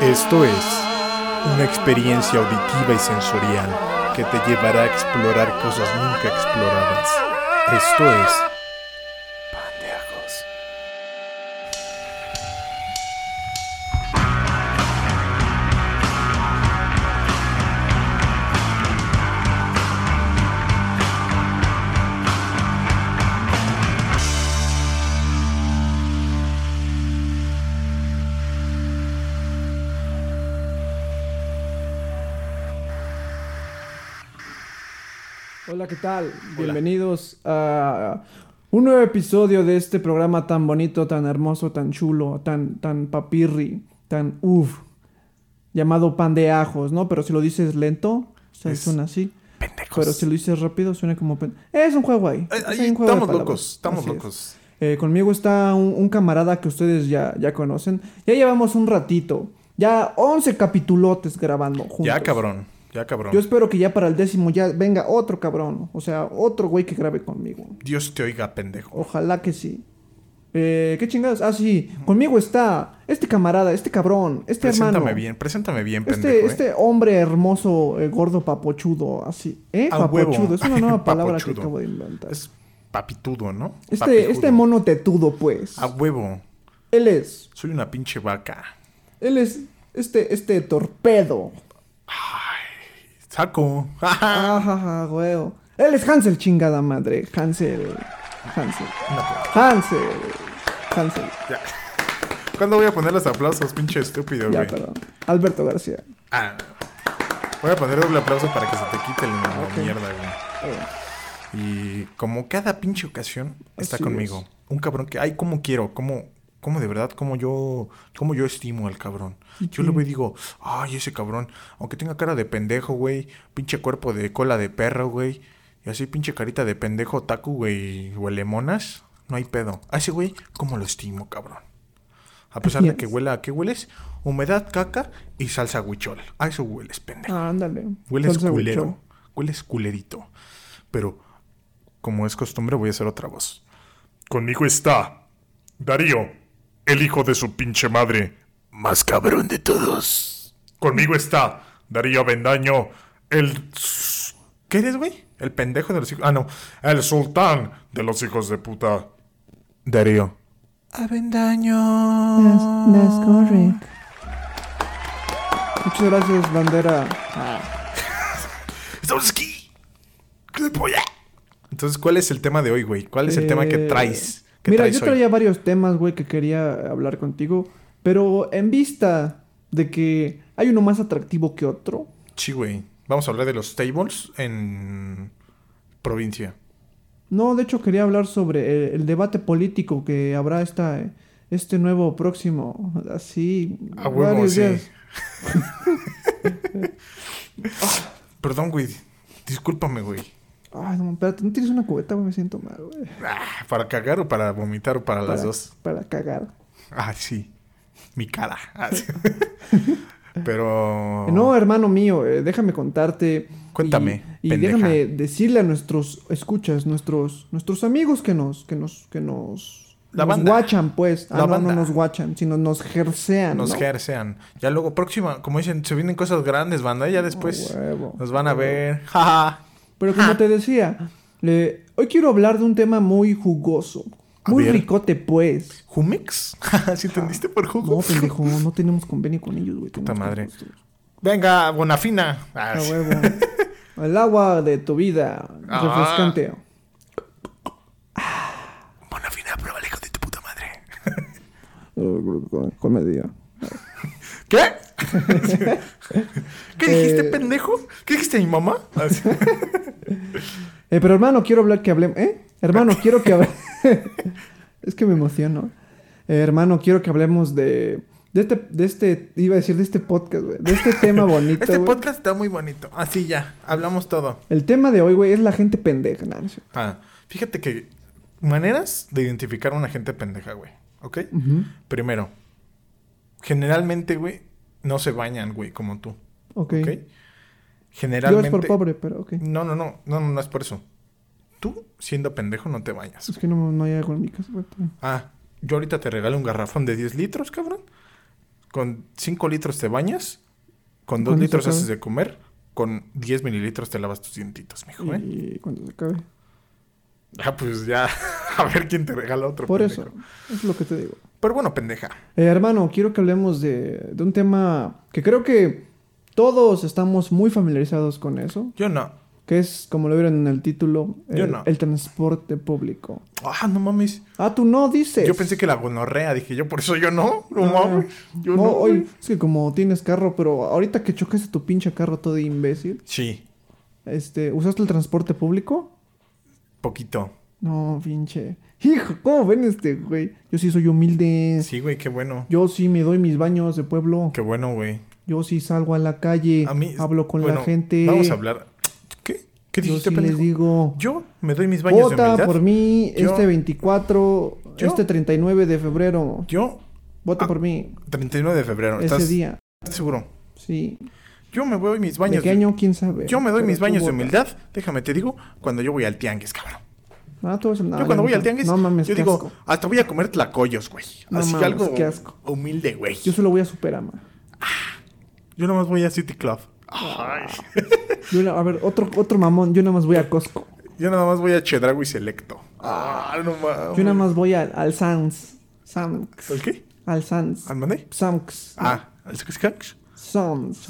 Esto es una experiencia auditiva y sensorial que te llevará a explorar cosas nunca exploradas. Esto es Pandeajos. Hola, ¿qué tal? Bienvenidos a un nuevo episodio de este programa tan bonito, tan hermoso, tan chulo, tan, tan papirri, tan uff, llamado pan de ajos, ¿no? Pero si lo dices lento, o sea, Es- suena así. Pendejos. Pero si lo dices rápido, suena como... pen- Es un juego ahí. Ay, Es ay, ahí un juego de estamos palabras. locos, estamos Así es. locos. Eh, conmigo está un, un camarada que ustedes ya, ya conocen. Ya llevamos un ratito. Ya 11 capitulotes grabando juntos. Ya cabrón, ya cabrón. Yo espero que ya para el décimo ya venga otro cabrón. O sea, otro güey que grabe conmigo. Dios te oiga, pendejo. Ojalá que sí. Eh, ¿Qué chingados? Ah, sí. Conmigo está este camarada, este cabrón, este preséntame hermano. bien, preséntame bien, Este, pendejo. ¿eh? este hombre hermoso, eh, gordo, papochudo, así. ¿Eh? A huevo. papochudo. Es una nueva palabra que Papochudo. acabo de inventar. Es papitudo, ¿no? Este, Papijudo. este mono tetudo, pues. A huevo. Él es. Soy una pinche vaca. Él es este, este torpedo. Saco. Ah. Ajaja, güey. Él es Hansel, chingada madre. Hansel. Hansel. Hansel. Hansel. Ya. ¿Cuándo voy a poner los aplausos, pinche estúpido, Ya, güey? perdón. Alberto García. Ah. Voy a poner doble aplauso para que se te quite la mierda, güey. Eh, Y como cada pinche ocasión está Así conmigo. es. Un cabrón que, ay, cómo quiero, cómo, cómo de verdad, cómo yo, cómo yo estimo al cabrón. Yo lo veo y digo, ay, ese cabrón, aunque tenga cara de pendejo, güey, pinche cuerpo de cola de perro, güey, y así pinche carita de pendejo taco, güey, huele monas, no hay pedo. A ese güey, cómo lo estimo, cabrón. A pesar Así de que es. huela, ¿a qué hueles? Humedad, caca y salsa huichol. A eso hueles, pendejo. Ah, ándale. Hueles Salsa culero. huichol. Hueles culerito. Pero, como es costumbre, voy a hacer otra voz. Conmigo está Darío, el hijo de su pinche madre, más cabrón de todos. Conmigo está Darío Avendaño, el... s- ¿Qué eres, güey? El pendejo de los hijos... Ah, no. El sultán de los hijos de puta. Darío. Avendaño. Muchas gracias, bandera. Ah, Estamos aquí. ¡Qué de polla! Entonces, ¿cuál es el tema de hoy, güey? ¿Cuál es el tema que Eh, traes? que mira, traes yo hoy? traía varios temas, güey, que quería hablar contigo. Pero en vista de que hay uno más atractivo que otro, Sí, güey. Vamos a hablar de los tables en provincia. No, de hecho quería hablar sobre el, el debate político que habrá esta, este nuevo próximo, así, A huevo, varios sí. días. Perdón, güey. Discúlpame, güey. Ay, no, espérate, ¿no tienes una cubeta? güey? Me siento mal, güey. Ah, ¿Para cagar o para vomitar o para, las Para- dos? Para cagar. Ah, sí. Mi cara. Ah, sí. Pero... No, hermano mío, eh, déjame contarte. Oh. Cuéntame, Y, y pendeja. déjame decirle a nuestros escuchas, nuestros, nuestros amigos que nos, que nos, que nos, La nos banda. guachan, pues. Ah, La no, banda. no nos guachan, sino nos jersean. Nos ¿no? jersean. Ya luego, próxima, como dicen, se vienen cosas grandes, banda. Ya después A huevo. nos van a ver. Jaja. Pero como te decía, eh, hoy quiero hablar de un tema muy jugoso. A Muy ver. ricote, pues. ¿Jumex? ¿Sí entendiste por jugo? No, pendejo, no tenemos convenio con ellos, güey. Puta tenemos madre. con nosotros. Venga, Bonafina. Ah, A sí. huevo. El agua de tu vida, Ah. refrescante. Bonafina, prueba el hijo de tu puta madre. Comedia. ¿Qué? ¿Qué dijiste, Eh. pendejo? ¿Qué dijiste, mi mamá? Ah, sí. Eh, pero hermano, quiero hablar que hablemos. ¿Eh? Hermano, quiero que hablemos. es que me emociono. Eh, hermano, quiero que hablemos de. De este, de este, iba a decir de este podcast, güey. De este tema bonito. Este güey. podcast está muy bonito. Así ya, hablamos todo. El tema de hoy, güey, es la gente pendeja, ¿no? Ujú. Ah, fíjate que maneras de identificar a una gente pendeja, güey. ¿Ok? Primero, generalmente, güey, no se bañan, güey, como tú. ¿Ok? Ok. Yo Generalmente. es por pobre, pero ok. No, no, no, no, no, no es por eso. Tú, siendo pendejo, no te bañas. Es que no, no hay algo en mi casa, güey. Ah, yo ahorita te regalo un garrafón de 10 litros, cabrón. Con 5 litros te bañas, con 2 ¿Cuánto se litros acaba? haces de comer, con 10 mililitros te lavas tus dientitos, mijo, ¿eh? Y cuando se acabe. Ah, pues ya, a ver quién te regala otro. Por pendejo. eso, es lo que te digo. Pero bueno, pendeja. Eh, hermano, quiero que hablemos de, de un tema que creo que todos estamos muy familiarizados con eso, Yo no. que es, como lo vieron en el título, Yo el, no. el transporte público. Ah, no mames. Ah, tú no dices. Yo pensé que la gonorrea, dije yo, por eso yo no. No Ah. mames. Yo No, no. oye, güey. es que como tienes carro, pero ahorita que chocaste tu pinche carro todo imbécil, Sí, este, ¿usaste el transporte público? poquito. No, pinche. Hijo, ¿cómo ven este, güey? Yo sí soy humilde. Sí, güey, qué bueno. Yo sí me doy mis baños de pueblo. Qué bueno, güey. Yo sí salgo a la calle. A mí. hablo con bueno, la gente. Vamos a hablar. ¿Qué? ¿Qué Yo dijiste, sí les pendejo? digo. Yo me doy mis baños de Vota humildad. por mí Yo- este 24, Yo- este 39 de febrero. Yo, Vota Ah, por mí 39 de febrero. ese ¿Estás día. seguro? Sí. Yo me doy mis baños ¿De qué año? ¿Quién sabe? Yo me doy Pero mis tú baños de vota. humildad. Déjame te digo, cuando yo voy al tianguis, cabrón. Ah, tú vas a- no, yo cuando no, voy al tianguis, No mames, yo qué digo, asco. hasta voy a comer tlacoyos, güey. No así mames, algo qué asco. humilde, güey. Yo Yo, solo voy a Superama. nomás voy a City Club. Ah. Ay. Yo, no- a ver, otro, otro mamón. Yo nada más voy a Costco. Yo nada más voy a Chedragui Selecto. Ah, no mames. Yo nada más voy al, al Sans. Sans. ¿Al qué? Al Sans. ¿Al mandé? Sans. Ah, ¿al Skanks? Sans.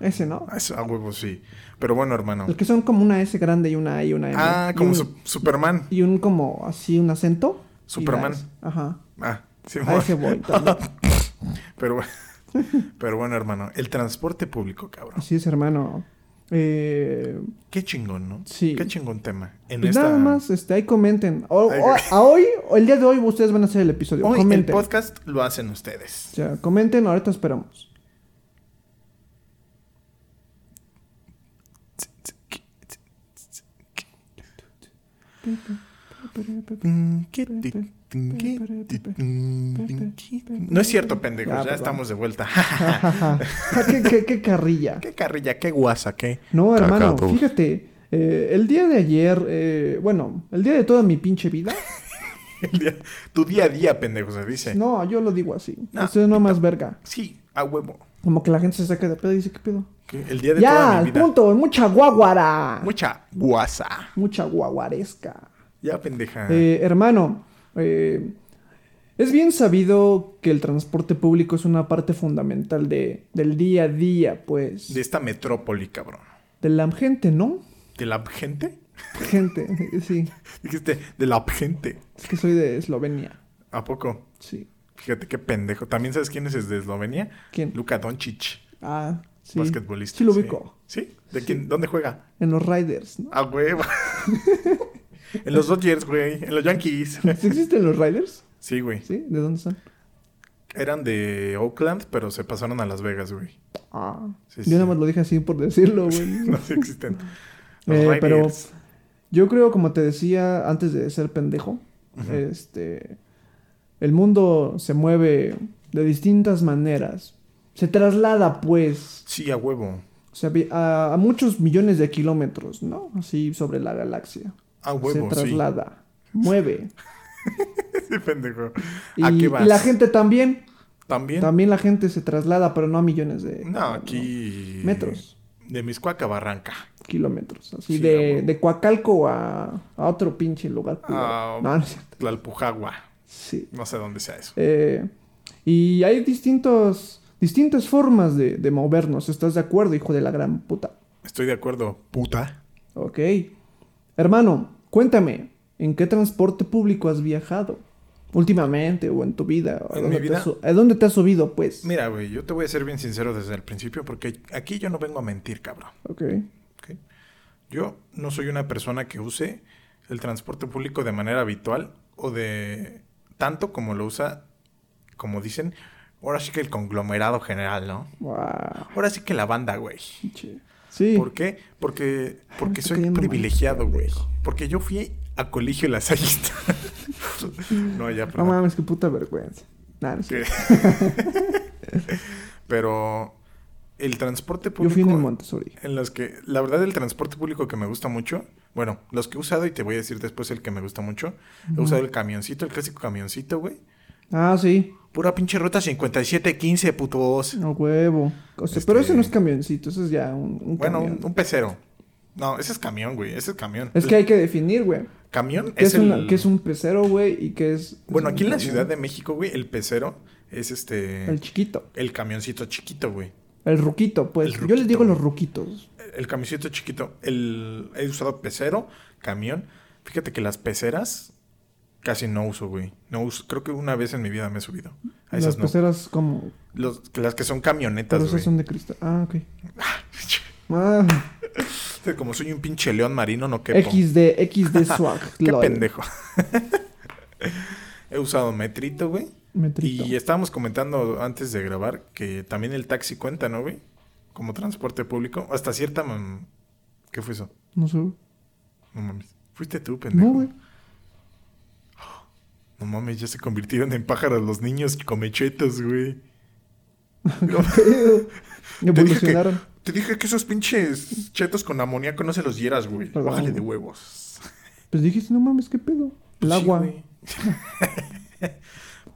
Ese, ¿no? Ah, eso, A huevo, sí. Pero bueno, hermano. El que son como una S grande y una A y una M. Ah, Y como un- su- Superman. Y un como así, un acento. y Superman. la S. Ajá. Ah, sí, A bueno. ese voy también. Pero, bueno- pero bueno, hermano. El transporte público, cabrón. Así es, hermano. Eh, Qué chingón, ¿no? Sí. Qué chingón tema. En pues esta- nada más, este, ahí comenten. O- Ahí- o- a hoy, o el día de hoy, ustedes van a hacer el episodio. Hoy el comenten. O podcast lo hacen ustedes. sea, comenten, ahorita esperamos. No es cierto, pendejos. Ya, Ya, perdón. estamos de vuelta. ¿Qué, qué, qué carrilla? qué carrilla, qué guasa, qué. No, hermano, Cacao. fíjate. eh, el día de ayer, eh, bueno, el día de toda mi pinche vida. El día- tu día a día, pendejo, se dice. No, yo lo digo así. No, Esto es nomás verga. Sí, a huevo. Como que la gente se saca de pedo y dice, ¿qué pedo? Que El día de ya, toda mi al vida. punto, mucha guaguara. Mucha guasa. Mucha guaguaresca. Ya, pendeja. Eh, hermano, eh, es bien sabido que el transporte público es una parte fundamental de, del día a día, pues. De esta metrópoli, cabrón. De la gente, ¿no? ¿De la gente? Gente, sí. Dijiste, de la gente. Es que soy de Eslovenia. ¿A poco? Sí. Fíjate qué pendejo. ¿También sabes quién es de Eslovenia? ¿Quién? Luka Doncic, Ah, sí. basquetbolista. Sí lo ubico. ¿Sí? ¿De quién? ¿Dónde juega? En los Riders, ¿no? A huevo. en los Dodgers, güey. En los Yankees. ¿Sí existen los Riders? Sí, güey. ¿Sí? ¿De dónde son? Eran de Oakland, pero se pasaron a Las Vegas, güey. Ah. Sí, Yo sí. nada más lo dije así por decirlo, güey. No sé existen. Los Eh, pero Raiders. yo creo, como te decía antes de ser pendejo, este, el mundo se mueve de distintas maneras. Se traslada, pues, Sí, a huevo. o sea, vi- a, a muchos millones de kilómetros, ¿no? Así sobre la galaxia. A se huevo, sí. traslada, mueve. Ese pendejo. Y, ¿A qué y vas? la gente también. ¿También? También la gente se traslada, pero no a millones de No, aquí... eh, Metros. De Miscuaca a Barranca. kilómetros. Sí, Así a de, huevo. de Coacalco a, a otro pinche lugar. Ah, culero. no, no es cierto. Tlalpujagua. Sí. No sé dónde sea eso. Eh, y hay distintos, distintas formas de, de movernos. ¿Estás de acuerdo, hijo de la gran puta? Estoy de acuerdo, puta. Ok. Hermano, cuéntame, ¿en qué transporte público has viajado? Últimamente o en tu vida. ¿O ¿En dónde mi te vida? has su- ¿A dónde te has subido, pues? Mira, güey, yo te voy a ser bien sincero desde el principio porque aquí yo no vengo a mentir, cabrón. Ok. ¿ok? Yo no soy una persona que use el transporte público de manera habitual o de tanto como lo usa, como dicen, ahora sí que el conglomerado general, ¿no? Wow. Ahora sí que la banda, güey. pinche. Sí. ¿Por qué? Porque, porque está soy cayendo mal, privilegiado, güey. pendejo. Porque yo fui a colegio lasallista. no, ya, No perdón. mames, qué puta vergüenza. Nah, no es Que- cierto. Pero el transporte público. Yo fui en el Montessori. en los que, la verdad, el transporte público que me gusta mucho, bueno, los que he usado y te voy a decir después el que me gusta mucho, he usado el camioncito, el clásico camioncito, güey, Ah, sí. Pura pinche ruta 5715, puto vos. A huevo. O sea, Pero ese no es camioncito, ese es ya un, un Este Bueno, camión. un, un pecero. No, ese es camión, güey. Ese es camión. Es que hay que definir, güey. Camión ¿Qué es, es, el... una- qué es un pecero, güey? ¿Y qué es...? eh, Bueno, es aquí un en la camión? Ciudad de México, güey, el pecero es este... El El, chiquito. camioncito chiquito, güey. El ruquito, pues. El Yo les ruquito, digo los güey. ruquitos. El camioncito chiquito. El... He usado pecero, camión. Fíjate que las peceras casi no uso, güey. No uso... Creo que una vez en mi vida me he subido. A Las esas no. peceras como... Los- las que son Pero camionetas, esas güey. son de cristal. Ah, ok. Ah, Como soy un pinche león marino, no quepo. XD, XD swag. Qué lol. pendejo. He usado metrito, güey. Metrito. Y eh, estábamos comentando antes de grabar que también el taxi cuenta, ¿no, güey? Como transporte público. Hasta cierta... mam- ¿Qué fue eso? No sé. No mames. Fuiste tú, pendejo. No, No, güey. mames, ya se convirtieron en pájaros los niños comechetos, güey. Te dije, que, Evolucionaron. te dije que esos pinches chetos con amoníaco no se los dieras, güey. Perdón. Bájale de huevos. Pues dijiste, no mames, qué pedo. El Pues sí, agua. güey.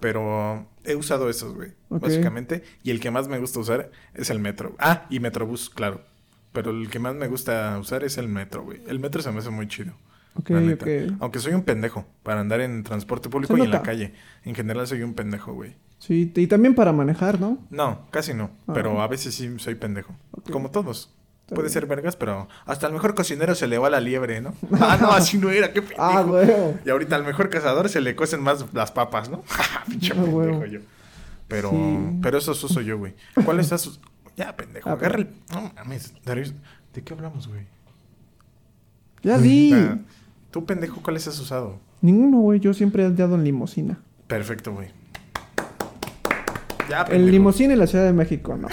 Pero eh, he usado esos, güey. Ok. Básicamente. Y el que más me gusta usar es el metro. Ah, y Metrobús, claro. Pero el que más me gusta usar es el metro, güey. El metro se me hace muy chido. ok, la neta. Ah. ok. Aunque soy un pendejo para andar en transporte público Se y en la nota. calle. En general soy un pendejo, güey. Sí, te- y también para manejar, ¿no? No, casi no. Ah. Pero a veces sí soy pendejo. Ok. Como todos. Está Puede bien. ser vergas, pero hasta el mejor cocinero se le va la liebre, ¿no? Ah, no, así no era, qué pendejo. Ah, huevo. Y ahorita al mejor cazador se le cocen más las papas, ¿no? Pinche Ah, pendejo huevo. yo. Pero, Sí. pero eso uso yo, güey. ¿Cuál es eso? Ya, pendejo. Ah, agarra el. No mames, Darius, ¿De qué hablamos, güey? Ya di. Ah, Tú, pendejo, ¿cuáles has usado? Ninguno, güey. Yo siempre he andado en limusina. Perfecto, güey. Ya, Ah, pendejo. En limusina en la Ciudad de México, no.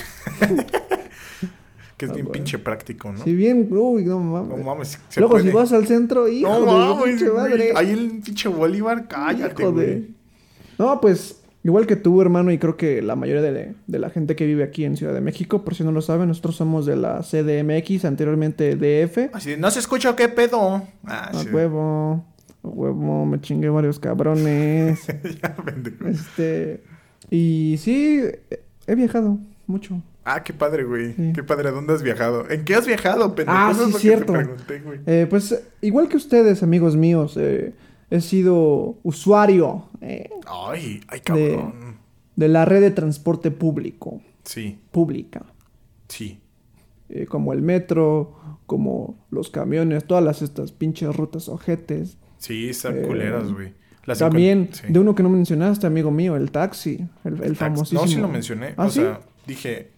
Que es Ah, bien güey. pinche práctico, ¿no? Si bien, uy, no mames. No mames. se Luego, si puede. vas al centro, hijo No de su mames, pinche güey. madre. Ahí el pinche Bolívar, cállate, Hijo de- güey. No, pues igual que tú, hermano, y creo que la mayoría de, de la gente que vive aquí en Ciudad de México, por si no lo saben, nosotros somos de la CDMX, anteriormente DF. Así, de, no se escucha qué pedo. Ah, A sí. huevo, a huevo, me chingué varios cabrones. ya, pendejo. este. Y sí, he viajado mucho. Ah, qué padre, güey. Sí. Qué padre, ¿a dónde has viajado? ¿En qué has viajado, pendejo? Ah, Eso sí, es lo cierto. que te pregunté, güey. Eh, pues igual que ustedes, amigos míos, eh, he sido usuario eh, Ay, ay, cabrón. de la red de transporte público, Sí, pública. sí. eh, como el metro, como los camiones, todas las estas pinches rutas ojetes. Sí, están Eh, culeras, güey. Las También encuent- sí. de uno que no mencionaste, amigo mío, el taxi, el, Tax- el famosísimo. No, sí lo mencioné. ¿Ah, o sí? sea, dije...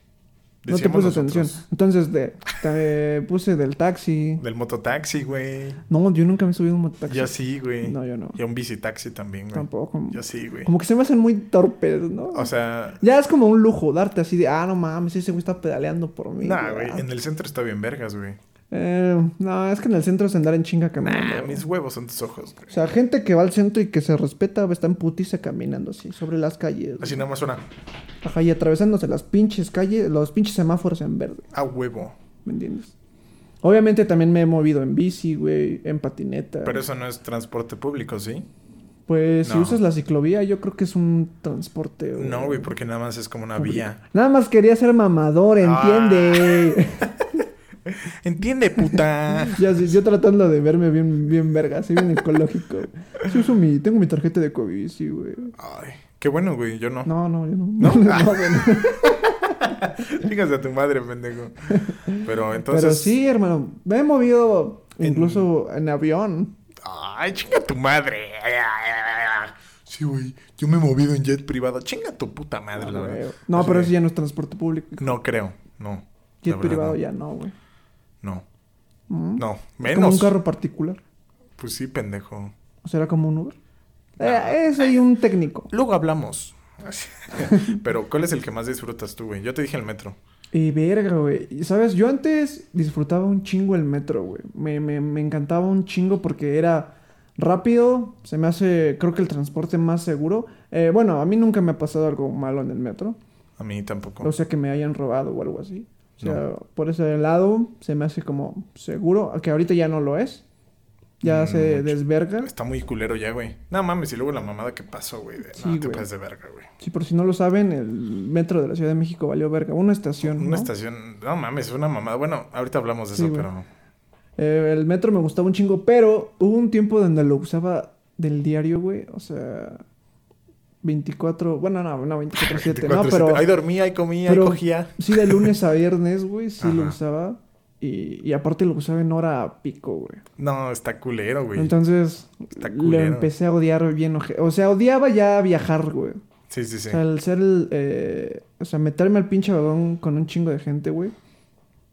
no te decíamos puse nosotros atención. Entonces de, te- eh, puse del taxi. Del mototaxi, güey. No, yo nunca me he subido a un mototaxi. Yo sí, güey. No, yo no. Y a un bicitaxi también, güey. Tampoco. Yo sí, güey. Como que se me hacen muy torpes, ¿no? O sea, ya es como un lujo darte así de, ah, no mames, ese güey está pedaleando por mí. ah". Nah, güey, en el centro está bien vergas, güey. Eh, no, es que en el centro es andar en chinga caminando. Nah, güey. Ah, mis huevos son tus ojos, güey. O sea, gente que va al centro y que se respeta va a estar en putiza caminando así, sobre las calles. Así nada más suena Ajá, y atravesándose las pinches calles, los pinches semáforos en verde, a huevo. ¿me entiendes? Obviamente también me he movido en bici, güey, en patineta. Pero eso no es transporte público, ¿sí? Pues si No. usas la ciclovía, yo creo que es un transporte. güey, No, güey, porque nada más es como una público. vía. Nada más quería ser mamador, entiende. Ah. Entiende, puta. Ya, sí, yo tratando de verme bien, bien verga, así bien ecológico. Sí uso mi, tengo mi tarjeta de COVID, sí, güey. Ay, qué bueno, güey, yo no. No, no, yo no. ¿No? Ah. güey, no. Dígase a tu madre, pendejo. Pero entonces. Pero sí, hermano, me he movido incluso en avión. Ay, chinga tu madre. Ay, ay, ay, ay. Sí, güey. Yo me he movido en jet privado. Chinga tu puta madre, la verdad. Ah, No, Así pero de- eso ya no es transporte público. No creo. No. La Jet verdad, privado no. ya no, güey. No. Mm. No. Como un Menos. carro particular. Pues sí, pendejo. O sea, era como un Uber. Eh, es ahí un técnico. Luego hablamos. Pero, ¿cuál es el que más disfrutas tú, güey? Yo te dije el metro. Y verga, güey. Y, ¿Sabes? Yo antes disfrutaba un chingo el metro, güey. Me, me, me encantaba un chingo porque era rápido. Se me hace, creo que el transporte más seguro. Eh, bueno, a mí nunca me ha pasado algo malo en el metro. A mí tampoco. O sea, que me hayan robado o algo así. O sea, por ese lado se me hace como seguro, que ahorita ya no lo es. Mm, Ya se desverga. Está muy culero ya, güey. No mames, y luego la mamada que pasó, güey. de, Sí, no, te güey. pases de verga, güey. Sí, por si no lo saben, el metro de la Ciudad de México valió verga. Una estación. Una ¿no? estación. No mames, es una mamada. Bueno, ahorita hablamos de Sí, eso, güey. pero. Eh, el metro me gustaba un chingo, pero hubo un tiempo donde lo usaba del diario, güey. O sea, 24, bueno, no, no 24-7, no, 24/7. pero Ahí dormía, ahí comía, pero- ahí cogía. sí de lunes a viernes, güey, sí lo Ajá. usaba. Y, y aparte lo usaba en hora pico, güey. No, está culero, güey. Entonces Está lo culero. empecé a odiar bien. oje- O sea, odiaba ya viajar, güey. Sí, sí, sí. O sea, el ser el. eh, o sea, meterme al pinche vagón con un chingo de gente, güey.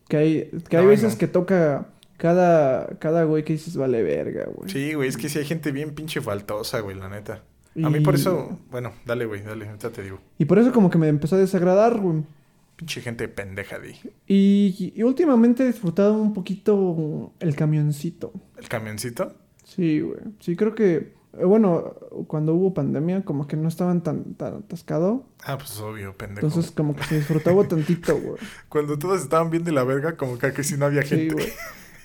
Que hay, que hay Ay, veces no. que toca cada, cada güey que dices, vale verga, güey. Sí, güey, es que sí hay gente bien pinche faltosa, güey, la neta. A Y- mí por eso, bueno, dale, güey, dale, ahorita te digo. Y por eso como que me empezó a desagradar, güey. Pinche gente pendeja, di. Y, y últimamente he disfrutado un poquito el camioncito. ¿El camioncito? Sí, güey. Sí, creo que... eh, Bueno, cuando hubo pandemia como que no estaban tan, tan atascado. Ah, pues obvio, pendejo. Entonces como que se disfrutaba tantito, güey. Cuando todos estaban bien de la verga, como que aquí sí no había Sí, gente. güey.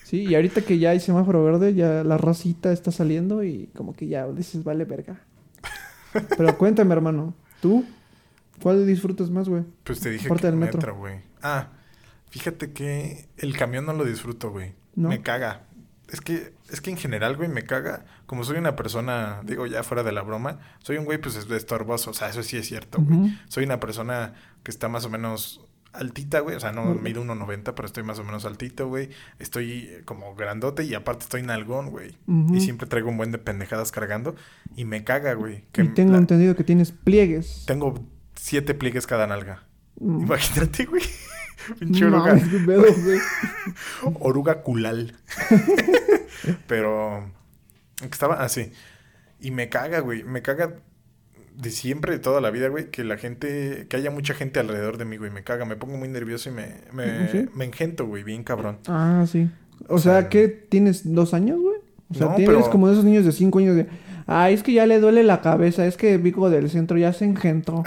Sí, y ahorita que ya hay semáforo verde, ya la racita está saliendo y como que ya dices, vale verga. Pero cuéntame, hermano. ¿Tú? ¿Cuál disfrutas más, güey? Pues te dije Aparte que del el metro. metro, güey. Ah, fíjate que el camión no lo disfruto, güey. ¿No? Me caga. Es que, es que en general, güey, me caga. Como soy una persona, digo ya fuera de la broma, soy un güey, pues es de estorboso. O sea, eso sí es cierto, güey. Ujú. Soy una persona que está más o menos altita, güey. O sea, no Ujú. mido 1.90, pero estoy más o menos altito, güey. Estoy eh, como grandote y aparte estoy nalgón, güey. Ujú. Y siempre traigo un buen de pendejadas cargando. Y me caga, güey. Que Y tengo la- entendido que tienes pliegues. tengo siete pliegues cada nalga. Mm. Imagínate, güey. Pinche No oruga. mames, qué pedo, güey. Oruga culal. Pero. Estaba así. Y me caga, güey. Me caga de siempre, de toda la vida, güey. Que la gente. Que haya mucha gente alrededor de mí, güey. Me caga. Me pongo muy nervioso y me. Me, ¿Sí? me engento, güey. Bien cabrón. Ah, sí. O O sea, sea, ¿qué tienes? ¿Dos años, güey? O sea, No, tienes pero- como esos niños de cinco años de... Ah, es que ya le duele la cabeza. Es que Vico del centro ya se engentó.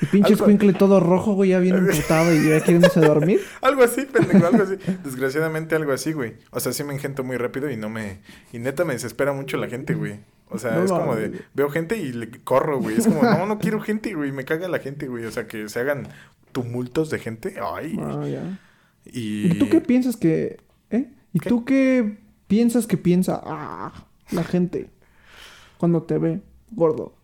Y pinche Algo- escuincle todo rojo, güey, ya bien emputado y ya queriéndose dormir. Algo así, pendejo. Algo así. Desgraciadamente, algo así, güey. O sea, sí me engento muy rápido y no me. Y neta me desespera mucho la gente, güey. O sea, No es como mames, de. güey. Veo gente y le corro, güey. Es como, no, no quiero gente, güey. Me caga la gente, güey. O sea, que se hagan tumultos de gente. Ay. Ah, ya. Y... ¿Y tú qué piensas que... ¿Eh? ¿Y ¿Qué? tú qué piensas que piensa ah, la gente cuando te ve gordo?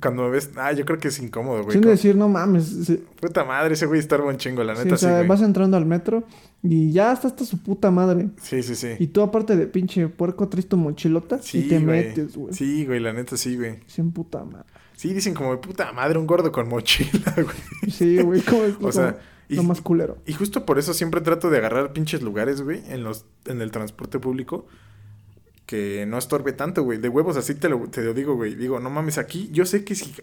Cuando me ves... Ah, yo creo que es incómodo, güey. Sin Como- decir, no mames. se- Puta madre, ese güey está buen chingo, la sí, neta, o sí, sea, güey. vas entrando al metro y ya está hasta su puta madre. Sí, sí, sí. Y tú, aparte de pinche puerco, traes tu mochilota Sí, y te güey. metes, güey. Sí. Sí, güey, la neta, sí, güey. Sin puta madre. Sí, dicen como, puta madre, un gordo con mochila, güey. Sí, güey, como es O sea, y- lo más culero. Y justo por eso siempre trato de agarrar pinches lugares, güey, en los, en el transporte público. Que no estorbe tanto, güey. De huevos, así te lo, te lo digo, güey. Digo, no mames, aquí, yo sé que si,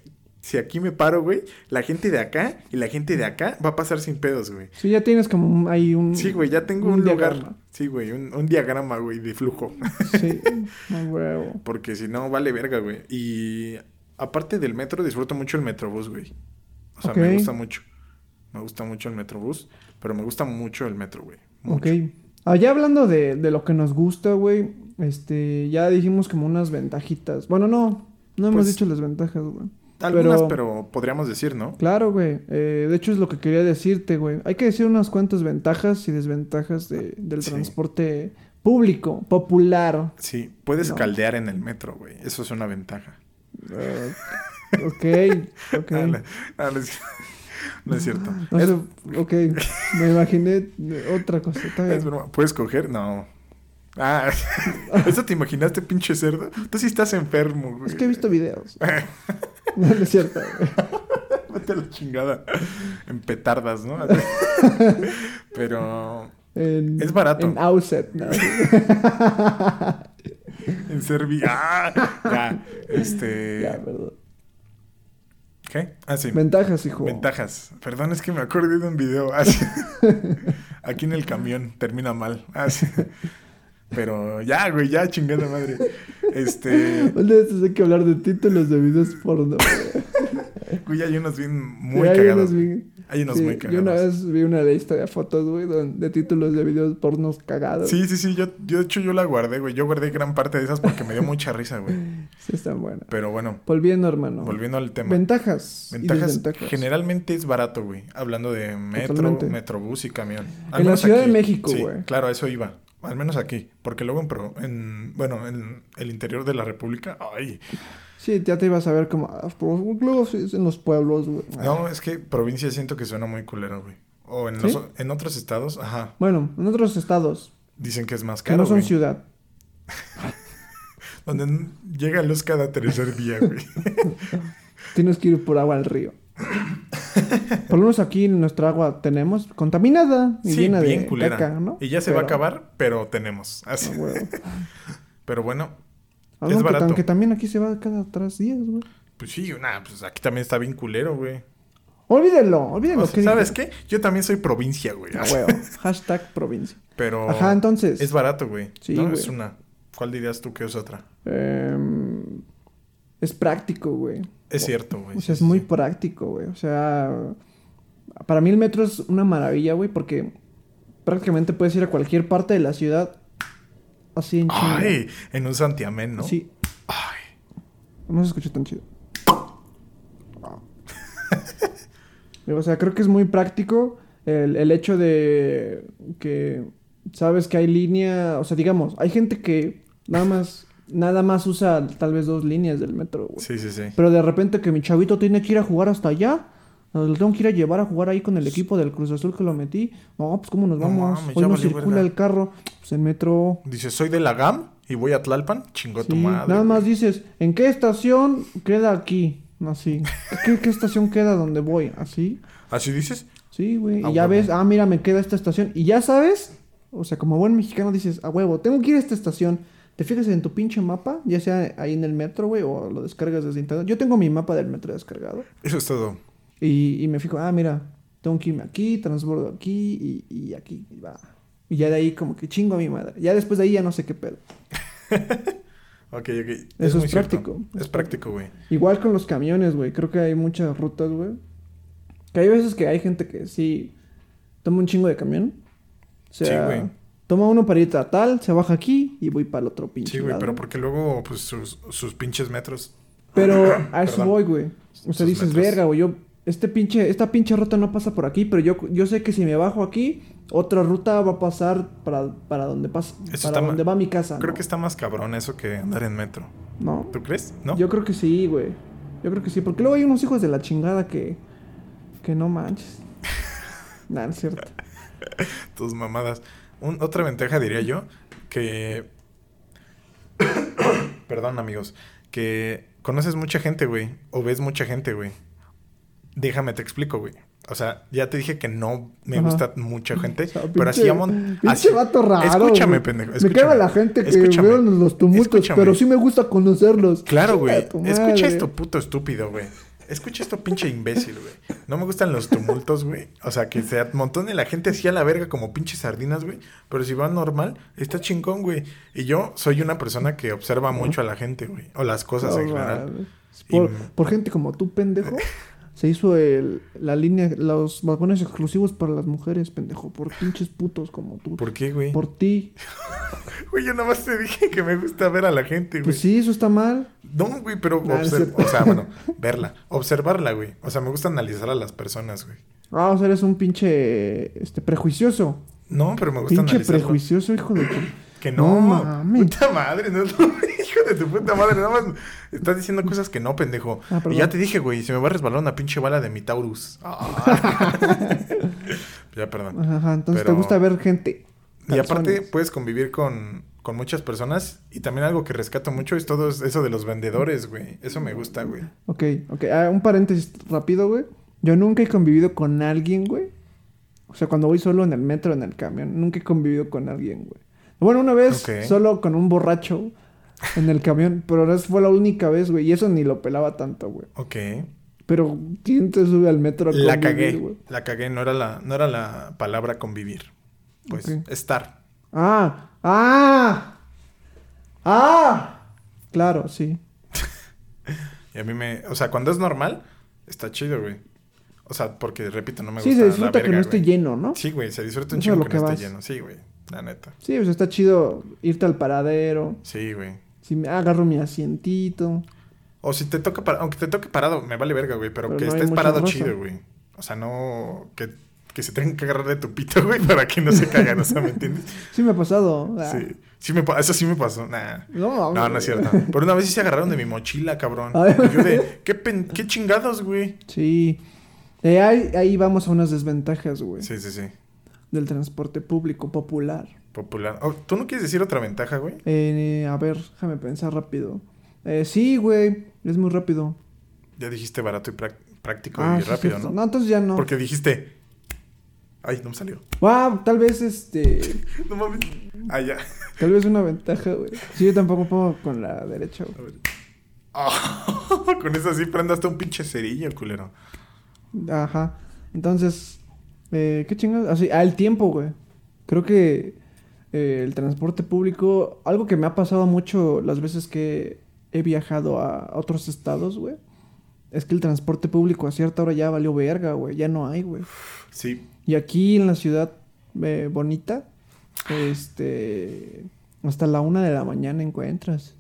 si aquí me paro, güey, la gente de acá y la gente de acá va a pasar sin pedos, güey. Sí, ya tienes como un- ahí un. Sí, güey, ya tengo un, lugar. diagrama. Sí, güey, un, un diagrama, güey, de flujo. Sí, no huevo. Porque si no, vale verga, güey. Y aparte del metro, disfruto mucho el metrobús, güey. O sea, Ok. me gusta mucho. Me gusta mucho el metrobús, pero me gusta mucho el metro, güey. Mucho. Ok. Allá hablando de, de lo que nos gusta, güey. Este, ya dijimos como unas ventajitas. Bueno, no. No hemos Pues- dicho las ventajas, güey. Algunas, Pero- pero... podríamos decir, ¿no? Claro, güey. Eh, de hecho, es lo que quería decirte, güey. Hay que decir unas cuantas ventajas y desventajas de- del Sí. transporte público, popular. Sí, puedes No. caldear en el metro, güey. Eso es una ventaja. Eh, ok, ok. Ah, no, ah, no es, no es cierto. No es, sé, ok, me imaginé otra cosa. está bien. es broma. ¿Puedes coger? No. Ah, ¿eso te imaginaste, pinche cerdo? Tú sí estás enfermo, güey. Es que he visto videos. No, no es cierto. güey. Vete a la chingada. En petardas, ¿no? Pero En- Es barato. En Outset. ¿no? en Serbia. ¡Ah! Ya. Este. Ya, perdón. ¿Qué? Ah, sí. Ventajas, hijo. Ventajas. Perdón, es que me acordé de un video. Ah, sí. Aquí en el camión termina mal. Ah, sí. Pero ya, güey, ya, chingada madre. Este. Un día de estos hay que hablar de títulos de videos porno. güey. Güey, hay unos bien muy Ya, ya cagados. nos vi- Hay unos Sí, muy yo una cagados. vez vi una lista de fotos, güey, don- de títulos de videos pornos cagados. Sí, sí, sí. Yo, yo, de hecho, yo la guardé, güey. Yo guardé gran parte de esas porque me dio mucha risa, güey. Sí, están buenas. Pero bueno, Volviendo, hermano. volviendo al tema. Ventajas. y Ventajas, desventajas. generalmente es barato, güey. Hablando de metro, Totalmente. metrobús y camión. la Ciudad de México, sí, güey. Claro, a eso iba. Al menos aquí. Porque luego en, pro- en- bueno, en el interior de la República, ay. Sí, ya te ibas a ver como. ah, pues, Luego sí, es en los pueblos, güey. No, es que provincia siento que suena muy culero, güey. O en, ¿Sí? los- en otros estados, ajá, Bueno, en otros estados dicen que es más que caro, no son güey. ciudad. Donde n- llega luz cada tercer día, güey. Tienes que ir por agua al río. por lo menos aquí nuestra agua tenemos contaminada y sí, llena bien de culera. caca, ¿no? Y ya se va a Pero- acabar, pero tenemos. Así. Ah, huevo. Pero bueno, Algo Es que, barato. aunque también aquí se va cada tres días, güey. pues sí, nah, pues aquí también está bien culero, güey. Olvídenlo, olvídenlo. O sea, ¿qué dije? ¿Sabes qué? Yo también soy provincia, güey. Ah, huevo. Hashtag provincia. Pero Ajá, entonces. es barato, güey. Sí, no, güey. es una. ¿Cuál dirías tú que es otra? Em, es práctico, güey. Es cierto, güey. O Pues sí, sea, pues es sí, muy sí. práctico, güey. O sea, para mí el metro es una maravilla, güey, porque prácticamente puedes ir a cualquier parte de la ciudad así en chinga. Ay, en un santiamén, ¿no? Sí. Ay, No se escuchó tan chido. o sea, creo que es muy práctico el, el hecho de que sabes que hay línea. O sea, digamos, hay gente que nada más, nada más usa tal vez dos líneas del metro, güey. sí, sí, sí. Pero de repente que mi chavito tiene que ir a jugar hasta allá. Lo tengo que ir a llevar a jugar ahí con el equipo del Cruz Azul que lo metí. No, pues cómo nos No vamos. mames, Hoy ya no valió circula verga. el carro. Pues en metro. Dices, soy de la GAM y voy a Tlalpan. Chingo tu Sí, madre. nada más güey. dices, ¿en qué estación queda aquí? Así. ¿Qué, qué estación queda donde voy? Así. ¿Así dices? Sí, güey. A Y ya huevo. ves, ah, mira, me queda esta estación. Y ya sabes, o sea, como buen mexicano dices, a huevo, tengo que ir a esta estación. Te fijas en tu pinche mapa, ya sea ahí en el metro, güey, o lo descargas desde internet. Yo tengo mi mapa del metro descargado. Eso es todo. Y, y me fijo, ah, mira, tengo que irme aquí, transbordo aquí y, y aquí, y va. Y ya de ahí como que chingo a mi madre. Ya después de ahí ya no sé qué pedo. Ok, ok. Eso es muy cierto. práctico. Es práctico, güey. Igual con los camiones, güey. Creo que hay muchas rutas, güey. Que hay veces que hay gente que sí toma un chingo de camión. O sea, Sí, güey. toma uno para ir a tal, se baja aquí y voy para el otro pinche. Sí, güey, lado. pero porque luego, pues, sus, sus pinches metros. Pero a eso Perdón. voy, güey. O Sus sea, dices, metros. verga, güey. Yo, este pinche, esta pinche ruta no pasa por aquí, pero yo, yo sé que si me bajo aquí, otra ruta va a pasar para, para donde pasa, Eso está para ma- donde va mi casa. Creo Ah, ¿no? que está más cabrón eso que andar en metro. No. ¿Tú crees? ¿No? Yo creo que sí, güey. Yo creo que sí. Porque luego hay unos hijos de la chingada que. que no manches. nah, no es cierto. Tus mamadas. Un- otra ventaja diría yo que... Perdón amigos, que conoces mucha gente, güey. O ves mucha gente, güey. Déjame te explico, güey. O sea, ya te dije que no me Ajá. gusta mucha gente, O sea, pero así pinche- amon... Pinche así- vato raro. Escúchame, güey. pendejo. Me caga escúchame. la gente que Escúchame. veo en los tumultos, Escúchame. pero sí me gusta conocerlos. Claro, güey. Chinga tu Escucha madre. esto, puto estúpido, güey. Escucha esto, pinche imbécil, güey. No me gustan los tumultos, güey. O sea, que se montón de la gente así a la verga como pinches sardinas, güey. Pero si va normal, está chingón, güey. Y yo soy una persona que observa mucho a la gente, güey. O las cosas No en general. mames. Por, Y- por gente como tú, pendejo. Se hizo el, la línea, los vagones exclusivos para las mujeres, pendejo. Por pinches putos como tú. ¿Por qué, güey? Por ti. Güey, yo nada más te dije que me gusta ver a la gente, güey. Pues sí, eso está mal. No, güey, pero Nah, no es obser- cierto. o sea, bueno, verla, observarla, güey. O sea, me gusta analizar a las personas, güey. Ah, o sea, eres un pinche este prejuicioso. No, pero me gusta Pinche analizarlo. prejuicioso, hijo de tu... Que no, No mames. puta madre, no, no, hijo de tu puta madre, nada más estás diciendo cosas que no, pendejo. Ah, perdón. y ya te dije, güey, se me va a resbalar una pinche bala de mi Taurus. Ah. ya, perdón. Ajá, ajá, entonces Pero- te gusta ver gente. Y aparte pues Personas. puedes convivir con, con muchas personas y también algo que rescato mucho es todo eso de los vendedores, güey. Eso me gusta, güey. Ok, ok. Ah, un paréntesis rápido, güey. Yo nunca he convivido con alguien, güey. O sea, cuando voy solo en el metro, en el camión, nunca he convivido con alguien, güey. Bueno, una vez Ok. solo con un borracho en el camión, pero esa fue la única vez, güey. Y eso ni lo pelaba tanto, güey. Ok. Pero ¿quién te sube al metro a La convivir, cagué, güey? la cagué, no era la, no era la palabra convivir. Pues Ok. estar. Ah, ah, ah. Claro, sí. Y a mí me. O sea, cuando es normal, está chido, güey. O sea, porque repito, no me Sí, gusta. se la disfruta que verga, no esté güey. lleno, ¿no? Sí, güey, se disfruta un Eso es chingo lo que, que no vas. esté lleno. Sí, güey, la neta. Sí, pues está chido irte al paradero. Sí, güey. Si me agarro mi asientito. O si te toca, para- aunque te toque parado, me vale verga, güey, pero, Pero que no hay estés mucha parado raza. chido, güey. O sea, no que, que se tengan que agarrar de tu pito, güey, para que no se caigan, o sea, ¿me entiendes? Sí me ha pasado. Ah, Sí. Sí me, pa- eso sí me pasó, nah. No, No, no es cierto. Por una vez sí se agarraron de mi mochila, cabrón. Ay. Y Yo de, ¿qué, pen- qué chingados, güey? Sí. Eh, ahí, ahí vamos a unas desventajas, güey. Sí, sí, sí. Del transporte público popular. Popular. Oh, ¿Tú no quieres decir otra ventaja, güey? Eh, a ver, déjame pensar rápido. Eh, sí, güey. Es muy rápido. Ya dijiste barato y prac- práctico Ah, y sí, rápido, cierto. ¿no? No, entonces ya no. Porque dijiste. Ay, no me salió. Wow, tal vez este. No mames. Ah, ya. Tal vez una ventaja, güey. Sí, yo tampoco puedo con la derecha, güey. Ah, con esa sí prende hasta un pinche cerillo, culero. Ajá. Entonces, eh, ¿qué chingados? Así, ah, el tiempo, güey. Creo que eh, el transporte público, algo que me ha pasado mucho las veces que he viajado a otros estados, güey, es que el transporte público a cierta hora ya valió verga, güey. Ya no hay, güey. Sí. Y aquí en la ciudad eh, bonita, este, hasta la una de la mañana encuentras.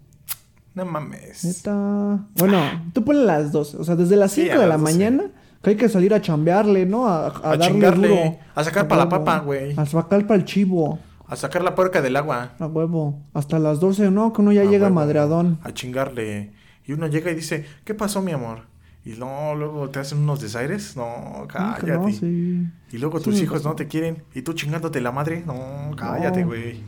No mames. Neta. Bueno, tú ponle las 12. O sea, desde las Sí, 5 a de la las 12. mañana que hay que salir a chambearle, ¿no? A, a, A darle chingarle, duro. a sacar pa' la huevo. papa, güey. A sacar para el chivo. A sacar la puerca del agua. A huevo. Hasta las 12, ¿no? Que uno ya Ah, llega huevo. madreadón. A chingarle. Y uno llega y dice, ¿qué pasó, mi amor? Y no, luego te hacen unos desaires. No, Nunca, cállate. no, sí. Y luego Sí, tus me hijos pasó. no te quieren. Y tú chingándote la madre. No, cállate, No. güey.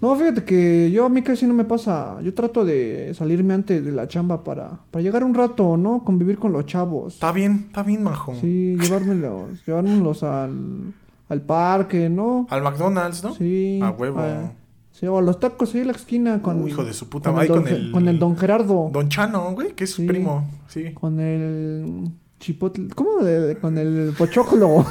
No, fíjate que yo a mí casi no me pasa. Yo trato de salirme antes de la chamba para, para llegar un rato, ¿no? Convivir con los chavos. Está bien, está bien, majo. Sí, llevármelos, llevármelos al, al parque, ¿no? Al McDonald's, ¿no? Sí. A Ah, huevo. a- sí, o a los tacos ahí en la esquina con. Uy, hijo de su puta con madre. el Con don, el, Ge- con el don Gerardo. Don Chano, güey, que es su Sí. primo. Sí. Con el. Chipotle. ¿Cómo? de- con el pochoclo.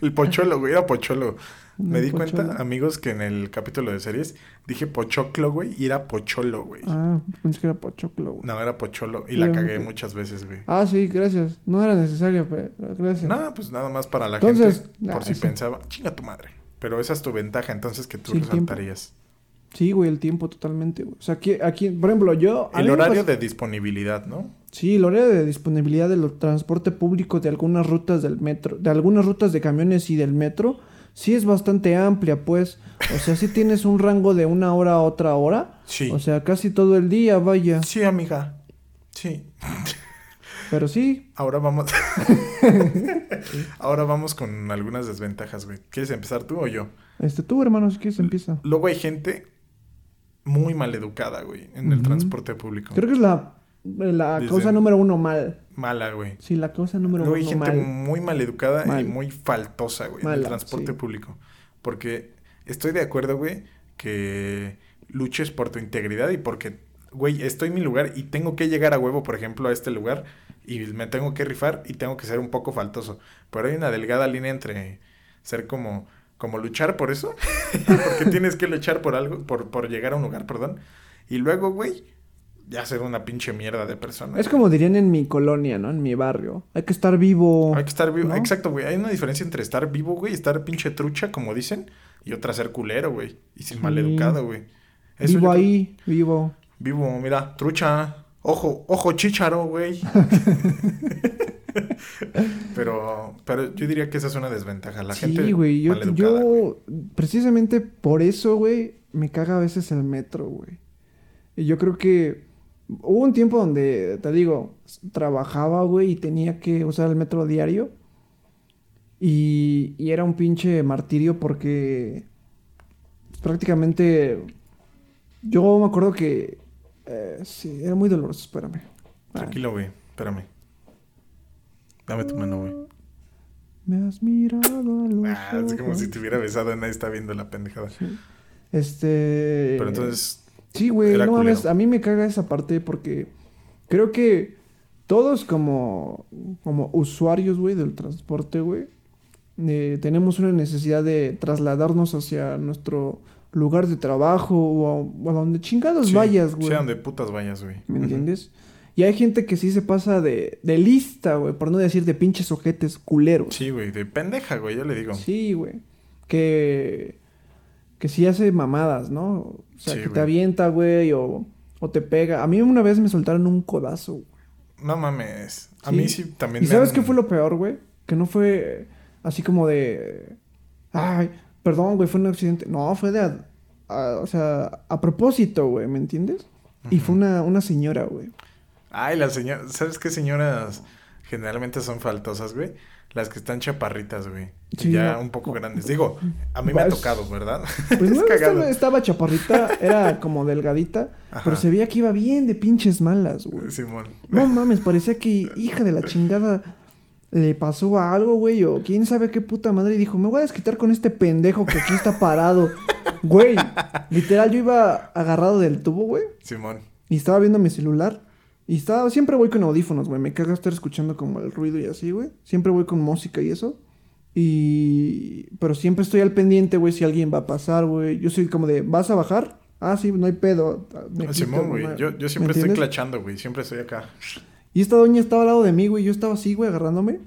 El pocholo, güey, era pocholo. Me El di pocholo. cuenta, amigos, que en el capítulo de series dije pochoclo, güey, y era pocholo, güey. ah, pensé que era pochoclo, güey. No, era pocholo. Y la Era un cagué po- muchas veces, güey. Ah, sí, gracias. No era necesario, pero gracias. Nada, pues nada más para la Entonces, gente. nah, por si sí. pensaba, chinga tu madre. Pero esa es tu ventaja, entonces, que tú Sí, el tiempo. resaltarías. Sí, güey, el tiempo totalmente, güey. O sea, aquí, aquí por ejemplo, yo. a mí El me horario pasa- de disponibilidad, ¿no? Sí, el horario de disponibilidad del transporte público de algunas rutas del metro, de algunas rutas de camiones y del metro, sí es bastante amplia, pues. O sea, sí tienes un rango de una hora a otra hora. Sí. O sea, casi todo el día, vaya. Sí, amiga. Sí. Pero sí, Ahora vamos. Ahora vamos con algunas desventajas, güey. ¿Quieres empezar tú o yo? este, tú, hermano, si quieres, empieza. Luego hay gente muy maleducada, güey, en el Ujú. transporte público. Creo que es la, la Desde- causa número uno mal. Mala, güey. Sí, la causa número Luego hay uno gente mal. muy maleducada Mal. y muy faltosa, güey, en el Mala, transporte sí. público. Porque estoy de acuerdo, güey, que luches por tu integridad y porque, güey, estoy en mi lugar y tengo que llegar a huevo, por ejemplo, a este lugar y me tengo que rifar y tengo que ser un poco faltoso. Pero hay una delgada línea entre ser como, como luchar por eso, porque tienes que luchar por algo, por, por llegar a un lugar, perdón. Y luego, güey, ya ser una pinche mierda de persona. Es como dirían en mi colonia, ¿no? En mi barrio. Hay que estar vivo. Hay que estar vivo. ¿no? Exacto, güey. Hay una diferencia entre estar vivo, güey, y estar pinche trucha, como dicen, y otra ser culero, güey. Y sin Sí. maleducado, güey. Eso Vivo yo creo- ahí, vivo. Vivo, mira, trucha. Ojo, ojo chícharo, güey. pero, pero yo diría que esa es una desventaja. La gente sí, güey. Yo, maleducada. güey. yo precisamente por eso, güey, me caga a veces el metro, güey. Y yo creo que hubo un tiempo donde, te digo, s- trabajaba, güey, y tenía que usar el metro diario. Y, y era un pinche martirio porque prácticamente yo me acuerdo que... eh, sí, era muy doloroso, espérame. Ah, Tranquilo, güey. Espérame. Dame tu mano, güey. me has mirado a los Ah, es como ojos. si te hubiera besado. Nadie está viendo la pendejada. Este... Pero entonces, Sí, güey, Era no mames, culero. a mí me caga esa parte porque creo que todos como, como usuarios, güey, del transporte, güey, eh, tenemos una necesidad de trasladarnos hacia nuestro lugar de trabajo o a, o a donde chingados sí, vayas, güey. Sea donde putas vayas, güey. ¿Me Ujú. entiendes? Y hay gente que sí se pasa de, de lista, güey, por no decir de pinches ojetes culeros. Sí, güey, de pendeja, güey, yo le digo. Sí, güey. Que. Que sí hace mamadas, ¿no? O sea, Sí, que te güey. avienta, güey, o, o te pega. A mí una vez me soltaron un codazo, güey. No mames. A Sí. mí sí también ¿Y me sabes han- qué fue lo peor, güey? Que no fue así como de. Ay, perdón, güey, fue un accidente. No, fue de. a- a- o sea, a propósito, güey, ¿me entiendes? Y fue una, una señora, güey. Ay, las señoras... ¿Sabes qué señoras generalmente son faltosas, güey? Las que están chaparritas, güey. Y Sí, ya no. un poco grandes. Digo, a mí me ha Vas- tocado, ¿verdad? Pues no, es cagado. estaba, estaba chaparrita, era como delgadita, Ajá. pero se veía que iba bien de pinches malas, güey. Simón. No mames, parecía que hija de la chingada le pasó a algo, güey, o quién sabe qué puta madre. Y dijo, me voy a desquitar con este pendejo que aquí está parado. güey, literal, yo iba agarrado del tubo, güey, Simón. y estaba viendo mi celular. Y estaba, siempre voy con audífonos, güey. Me caga estar escuchando como el ruido y así, güey. Siempre voy con música y eso. Y... Pero siempre estoy al pendiente, güey, si alguien va a pasar, güey. Yo soy como de, ¿vas a bajar? Ah, sí, no hay pedo. Me quito, Ah, Simón, güey. me- Yo, yo siempre ¿me estoy entiendes? clachando, güey. Siempre estoy acá. Y esta doña estaba al lado de mí, güey. Yo estaba así, güey, agarrándome.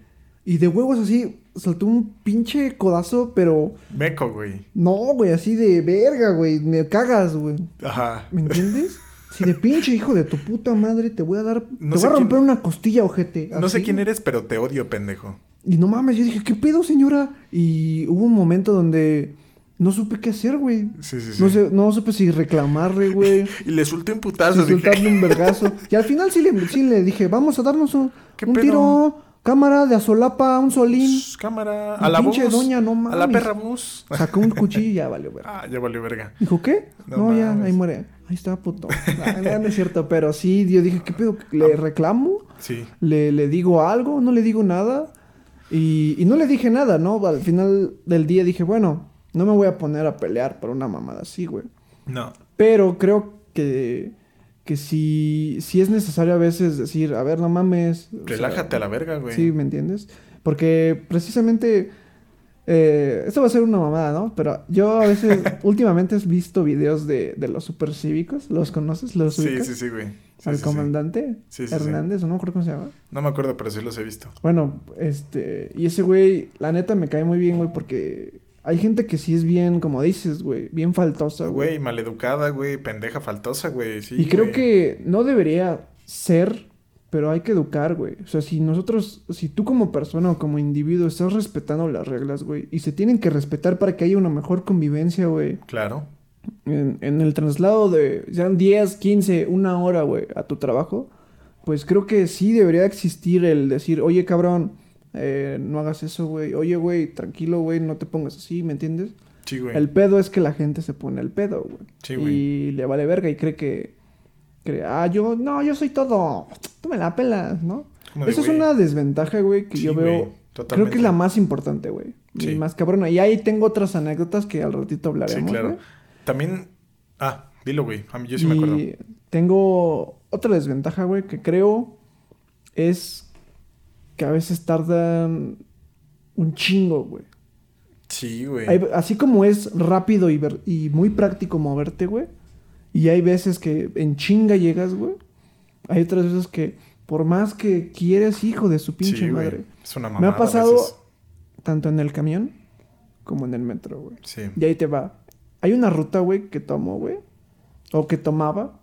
Y de huevos así, saltó un pinche codazo, pero Meco, güey. no, güey, así de verga, güey. Me cagas, güey. Ajá. ¿Me entiendes? Si de pinche hijo de tu puta madre te voy a dar. No te sé voy a romper quién- una costilla, ojete. No sé Así. quién eres, pero te odio, pendejo. Y no mames, yo dije, ¿qué pedo, señora? Y hubo un momento donde no supe qué hacer, güey. Sí, sí, sí. No, sé, no supe si reclamarle, güey. Y le solté un Sin putazo. dije, soltarle un vergazo. Y al final sí le, sí le dije, vamos a darnos un, ¿Qué un pedo? tiro, cámara de azolapa, un solín. "Shh, cámara. Y A la pinche voz. doña, no A la mames. perra voz. Sacó un cuchillo y ya valió, verga. Ah, ya valió verga. Dijo, ¿qué? No No, ya, mames. ahí muere. Ahí está, puto. Ah, no, no es cierto, pero sí, yo dije, ¿qué pedo? ¿Le reclamo? Sí. ¿Le, le digo algo? ¿No le digo nada? Y, y no le dije nada, ¿no? Al final del día dije, bueno, no me voy a poner a pelear por una mamada así, güey. No. Pero creo que, que sí, sí es necesario a veces decir, a ver, no mames. o sea, Relájate a la verga, güey. Sí, ¿me entiendes? Porque precisamente. eh, esto va a ser una mamada, ¿no? Pero yo a veces, últimamente he visto videos de, de los supercívicos. ¿Los conoces? ¿Los Sí, ubicas? sí, sí, güey. Sí, Al sí, sí. comandante Sí, sí, sí. Hernández, o no me acuerdo cómo se llama. No me acuerdo, pero sí los he visto. Bueno, este. Y ese güey, la neta me cae muy bien, güey, porque hay gente que sí es bien, como dices, güey, bien faltosa, güey. Güey, maleducada, güey. Pendeja faltosa, güey. Sí, Y creo güey. que no debería ser, pero hay que educar, güey. O sea, si nosotros, si tú como persona o como individuo estás respetando las reglas, güey, y se tienen que respetar para que haya una mejor convivencia, güey, Claro. en, en el traslado de, sean 10, 15, una hora, güey, a tu trabajo, pues creo que sí debería existir el decir, oye, cabrón, eh, no hagas eso, güey, oye, güey, tranquilo, güey, no te pongas así, ¿me entiendes? Sí, güey. El pedo es que la gente se pone el pedo, güey. Sí, güey. Y le vale verga y cree que, cree, ah, yo, no, yo soy todo. Tú me la pelas, ¿no? Como de, Esa es güey, una desventaja, güey, que Sí, yo veo. güey, Creo que totalmente. es la más importante, güey. Sí. Y más cabrona. Y ahí tengo otras anécdotas que al Sí, ratito hablaremos. claro. güey. También. Ah, dilo, güey. A mí yo sí me Y acuerdo. Tengo otra desventaja, güey, que creo es que a veces tardan un chingo, güey. Sí, güey. Hay- así como es rápido y, ver- y muy práctico moverte, güey. Y hay veces que en chinga llegas, güey. Hay otras veces que por más que quieres, hijo de su pinche Sí, güey. madre. Es una Me mamada. ha pasado a veces. tanto en el camión como en el metro, güey. Sí. Y ahí te va. Hay una ruta, güey, que tomo, güey. O que tomaba.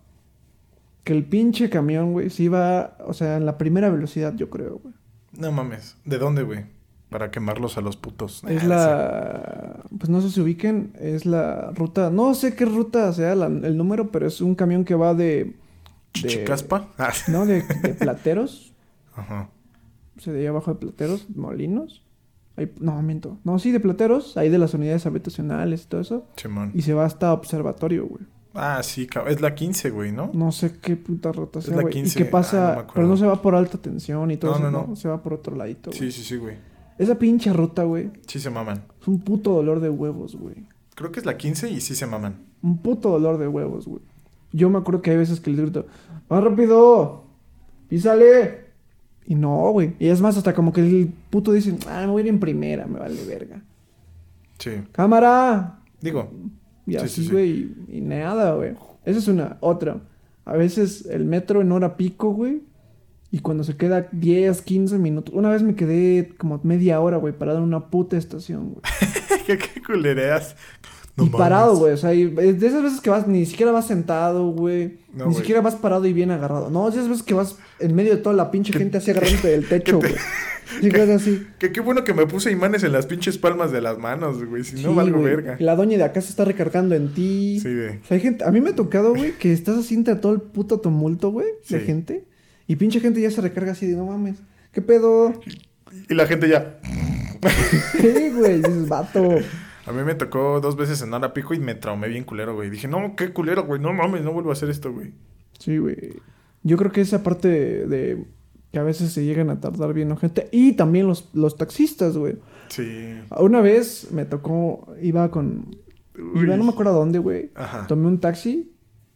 Que el pinche camión, güey, se iba, o sea, en la primera velocidad, yo creo, güey. No mames. ¿De dónde, güey? Para quemarlos a los putos. Es Ah, la. Pues no sé si ubiquen. Es la ruta. No sé qué ruta sea la- el número, pero es un camión que va de. sí. Chichicaspa. Ah, sí. ¿No? De, de plateros. Ajá. O sea, de ahí abajo de plateros, molinos. Ahí- no, miento. No, sí, de plateros. Ahí de las unidades habitacionales y todo eso. Simón. Y se va hasta observatorio, güey. Ah, sí, cab- es la 15, güey, ¿no? No sé qué puta ruta Es sea, la güey. ¿Y 15, qué pasa? ah, no me acuerdo. pero no se va por alta tensión y todo No, no, eso. No, no. Se va por otro ladito, güey. Sí, sí, sí, güey. Esa pinche ruta, güey. Sí se maman. Es un puto dolor de huevos, güey. Creo que es la 15 y sí se maman. Un puto dolor de huevos, güey. Yo me acuerdo que hay veces que les grito, ¡Más rápido! ¡Písale! Y no, güey. Y es más, hasta como que el puto dice, ah, me voy a ir en primera, me vale verga. Sí. ¡Cámara! Digo, Y Sí, sí, así, sí. güey. Y, y nada, güey. Esa es una. Otra. A veces el metro en hora pico, güey. Y cuando se queda 10, 15 minutos. Una vez me quedé como media hora, güey, parado en una puta estación, güey. ¿Qué, qué culereas? y parado, güey. O sea, y es de esas veces que vas, ni siquiera vas sentado, güey. No, ni güey. siquiera vas parado y bien agarrado. No, es de esas veces que vas en medio de toda la pinche gente así agarrándote del techo, güey. Y quedas así. Que qué bueno que me puse imanes en las pinches palmas de las manos, güey. Si no Sí, valgo güey. verga. La doña de acá se está recargando en ti. Sí, de- O sea, hay gente... A mí me ha tocado, güey, que estás así entre todo el puto tumulto, güey, de Sí. gente. Y pinche gente ya se recarga así de, no mames, ¿qué pedo? Y la gente ya. Sí, güey, dices, vato. A mí me tocó dos veces en hora pico y me traumé bien culero, güey. Dije, no, qué culero, güey. No mames, no vuelvo a hacer esto, güey. Sí, güey. Yo creo que esa parte de... Que a veces se llegan a tardar bien, ¿no, gente? Y también los, los taxistas, güey. Sí. Una vez me tocó... Iba con... Uy. Ah. Iba, no me acuerdo a dónde, güey. Ajá. Tomé un taxi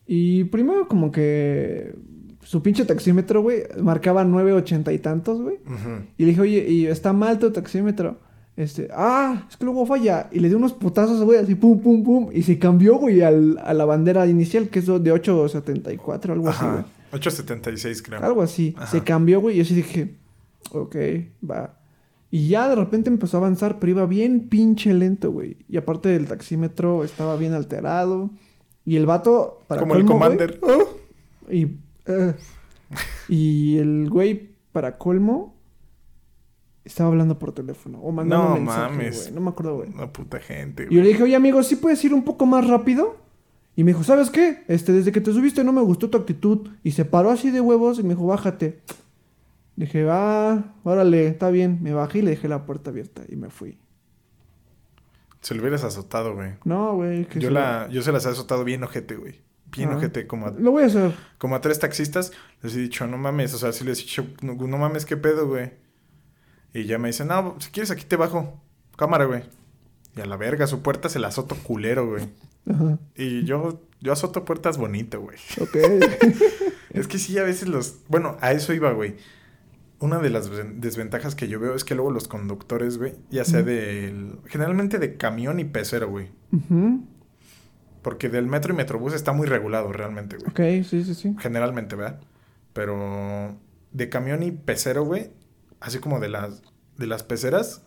y primero como que su pinche taxímetro, güey, marcaba 9.80 y tantos, güey. Ujú. Y le dije, oye, y está mal tu taxímetro. Este, ah, es que luego falla. Y le di unos putazos, güey, así pum, pum, pum. Y se cambió, güey, al- a la bandera inicial, que es de 8.74, algo así, güey. Ah, Ajá. 876, creo. Algo así. Ajá. Se cambió, güey. Y así dije, ok, va. Y ya de repente empezó a avanzar, pero iba bien pinche lento, güey. Y aparte del taxímetro estaba bien alterado. Y el vato, para Como el colmo, güey, Commander. Oh. y, eh, y el güey, para colmo, estaba hablando por teléfono. O mandando No mensaje, mames. güey. No me acuerdo, güey. Una puta gente, Y güey. yo le dije, oye, amigo, ¿sí puedes ir un poco más rápido? Y me dijo, ¿sabes qué? Este, desde que te subiste no me gustó tu actitud. Y se paró así de huevos y me dijo, bájate. Dije, va, órale, está bien. Me bajé y le dejé la puerta abierta y me fui. Se lo hubieras azotado, güey. No, güey. que Yo, se- la, yo se las he azotado bien ojete, güey. Bien Ah. ojete, como a, Lo voy a hacer. como a tres taxistas. Les he dicho, no mames, o sea, sí les he dicho, no, no mames, qué pedo, güey. Y ya me dicen, no, si quieres aquí te bajo. Cámara, güey. Y a la verga, su puerta se la azoto culero, güey. Ajá. Y yo, yo azoto puertas bonito, güey. Ok. Es que sí, a veces los... Bueno, a eso iba, güey. Una de las ven- desventajas que yo veo es que luego los conductores, güey, ya sea Ujú. del... Generalmente de camión y pecero, güey. Ujú. Porque del metro y metrobús está muy regulado realmente, güey. Ok, sí, sí, sí. Generalmente, ¿verdad? Pero de camión y pecero, güey, así como de las, de las peceras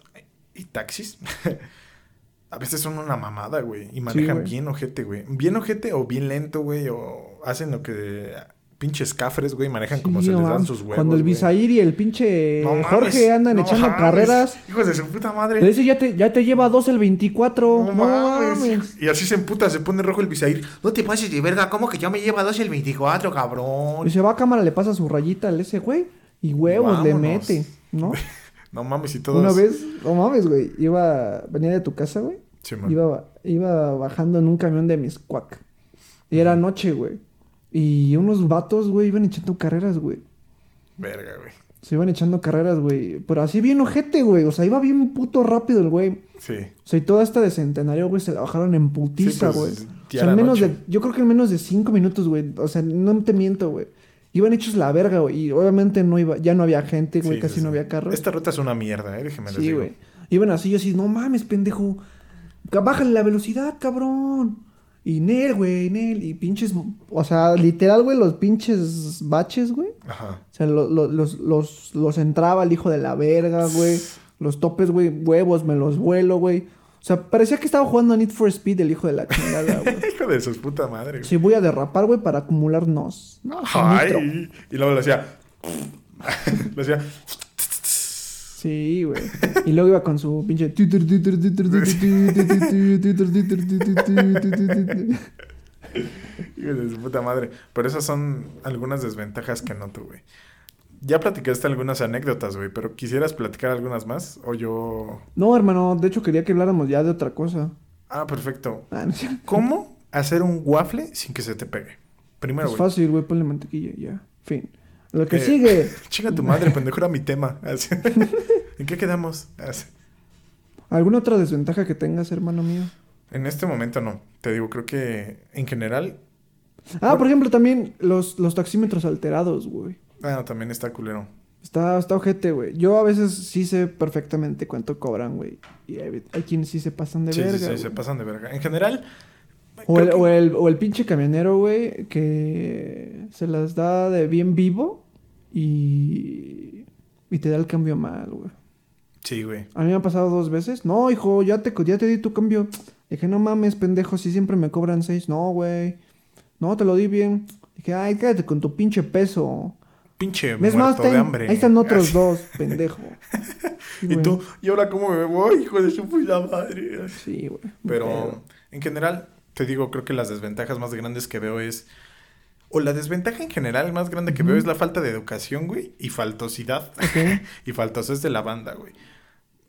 y taxis, a veces son una mamada, güey. Y manejan güey. bien ojete, güey. Bien ojete o bien lento, güey. O hacen lo que... Pinches cafres, güey. Manejan como Sí, se no les dan mames. sus huevos, Cuando el güey. Bisair y el pinche No mames, Jorge andan no echando mames, carreras. Hijos de su puta madre. Le dice, ya te, ya te lleva dos el 24. No No, mames. mames. Y así se emputa, se pone rojo el Bisair. No te pases de verga, ¿cómo que ya me lleva dos el 24, Y cabrón? se va a cámara, le pasa su rayita al ese güey. Y huevos le Vámonos. mete, ¿no? No mames, y todos. Una vez, no mames, güey. Iba, venía de tu casa, güey. Sí, man. Iba, iba bajando en un camión de Miscuac. Y era noche, güey. Y unos vatos, güey, iban echando carreras, güey. Verga, güey. Se iban echando carreras, güey. Pero así bien ojete, güey. O sea, iba bien puto rápido el güey. Sí. O sea, y toda esta de centenario, güey, se la bajaron en putiza, Sí, güey. pues, o ya sea, la en menos de. noche. Yo creo que en menos de cinco minutos, güey. O sea, no te miento, güey. Iban hechos la verga, güey. Y obviamente no iba, ya no había gente, güey. Sí, casi sí, no sí. había carros. Esta ruta es una mierda, eh. Déjeme les sí, digo. güey. Iban así, yo así, no mames, pendejo. Ca- Bájale la velocidad, cabrón. Y Nel, güey, Nel. Y pinches. O sea, literal, güey, los pinches baches, güey. Ajá. O sea, lo- lo- los, los, los entraba el hijo de la verga, güey. Los topes, güey, huevos, me los vuelo, güey. O sea, parecía que estaba jugando a Need for Speed el hijo de la chingada, güey. Hijo de su puta madre, güey. Si voy a derrapar, güey, para acumular nos. No, nitro. Ay. Y luego lo hacía. lo hacía. Sí, güey. Y luego iba con su pinche... tutur, tutur, tutur, tutur, tutur, tutur, tutur, tutur, tutur, tutur. Hijo de su puta madre. Pero esas son algunas desventajas que noto, güey. Ya platicaste algunas anécdotas, güey, pero ¿quisieras platicar algunas más? O yo. No, hermano, de hecho quería que habláramos ya de otra cosa. Ah, perfecto. Ah, no es cierto. ¿Cómo hacer un waffle sin que se te pegue? Primero, Es güey. fácil, güey, ponle mantequilla, y ya. Fin. Lo que Eh, sigue... Chinga tu madre, pendejo, era mi tema. Así. ¿En qué quedamos? Así. ¿Alguna otra desventaja que tengas, hermano mío? En este momento no. Te digo, creo que en general. Ah, por ejemplo, también los, los taxímetros alterados, güey. Ah, también está culero. Está, está ojete, güey. Yo a veces sí sé perfectamente cuánto cobran, güey. Y hay, hay quienes sí se pasan de sí, verga. sí, sí, güey. se pasan de verga. En general. o, creo el, que- o, el, o el pinche camionero, güey, que se las da de bien vivo Y, y te da el cambio mal, güey. Sí, güey. A mí me ha pasado dos veces. No, hijo, ya te, co- ya te di tu cambio. Dije, no mames, pendejo, si siempre me cobran seis. No, güey. No, te lo di bien. Dije, ay, quédate con tu pinche peso. Pinche Es muerto más, ten- de hambre. ahí están otros Así. dos, pendejo. Y Sí, güey. tú, ¿y ahora cómo me voy, hijo de su puta madre? Sí, güey. Ni pedo. Pero en general, te digo, creo que las desventajas más grandes que veo es. O la desventaja en general más grande que veo es la falta de educación, güey, y faltosidad. y faltosidad de la banda, güey.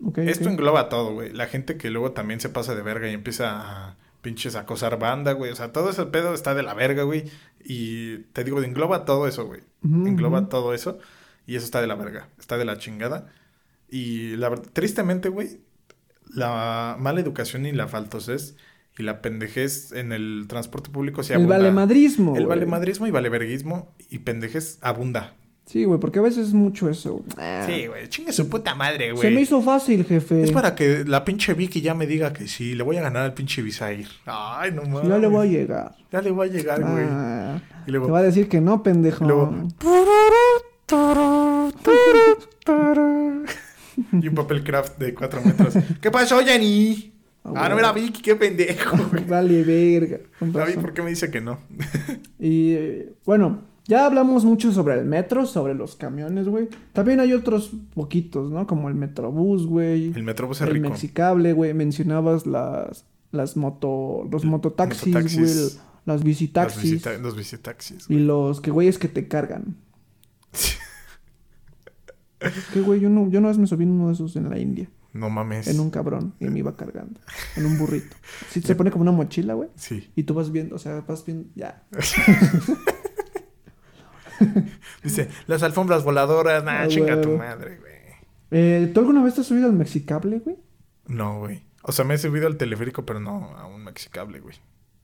Ok, Esto ok. engloba todo, güey. La gente que luego también se pasa de verga y empieza a pinches acosar banda, güey. O sea, todo ese pedo está de la verga, güey. Y te digo, engloba todo eso, güey. Ujú, Engloba ujú. todo eso. Y eso está de la verga. Está de la chingada. Y la verdad, tristemente, güey, la mala educación y la faltosez y la pendejez en el transporte público se El abunda. valemadrismo. El güey. valemadrismo y valeverguismo y pendejez abunda. Sí, güey, porque a veces es mucho eso. güey. Sí, güey. Chingue su puta madre, güey. Ah. Se me hizo fácil, jefe. Es para que la pinche Vicky ya me diga que sí, le voy a ganar al pinche Bisair. Ay, no mames. Ya le voy a llegar. Ya le va a llegar, güey. Ah, Y luego- Te va a decir que no, pendejo. Y luego- Y un papel craft de cuatro metros. ¿Qué pasó, Jenny? Ah, Ah, no güey. era Vicky, qué pendejo. güey. Vale, verga. con David, razón. ¿por qué me dice que no? Y eh, bueno, ya hablamos mucho sobre el metro, sobre los camiones, güey. También hay otros poquitos, ¿no? Como el metrobús, güey. El metrobús es El rico. mexicable, güey. Mencionabas las, las moto, los mototaxis, mototaxis. güey. el- Las Los, visitaxis. visita los visitaxis. Y los que, güey, es que te cargan. Que, güey, yo no, yo no me subí en uno de esos en la India. No mames. En un cabrón. Y me iba cargando. En un burrito. Sí, se pone como una mochila, güey. Sí. Y tú vas viendo, o sea, vas viendo, ya. Dice, las alfombras voladoras, nah, Ah, chinga tu güey. madre, güey. Eh, ¿Tú alguna vez te has subido al Mexicable, güey? No, güey. O sea, me he subido al teleférico, pero no a un mexicable, güey.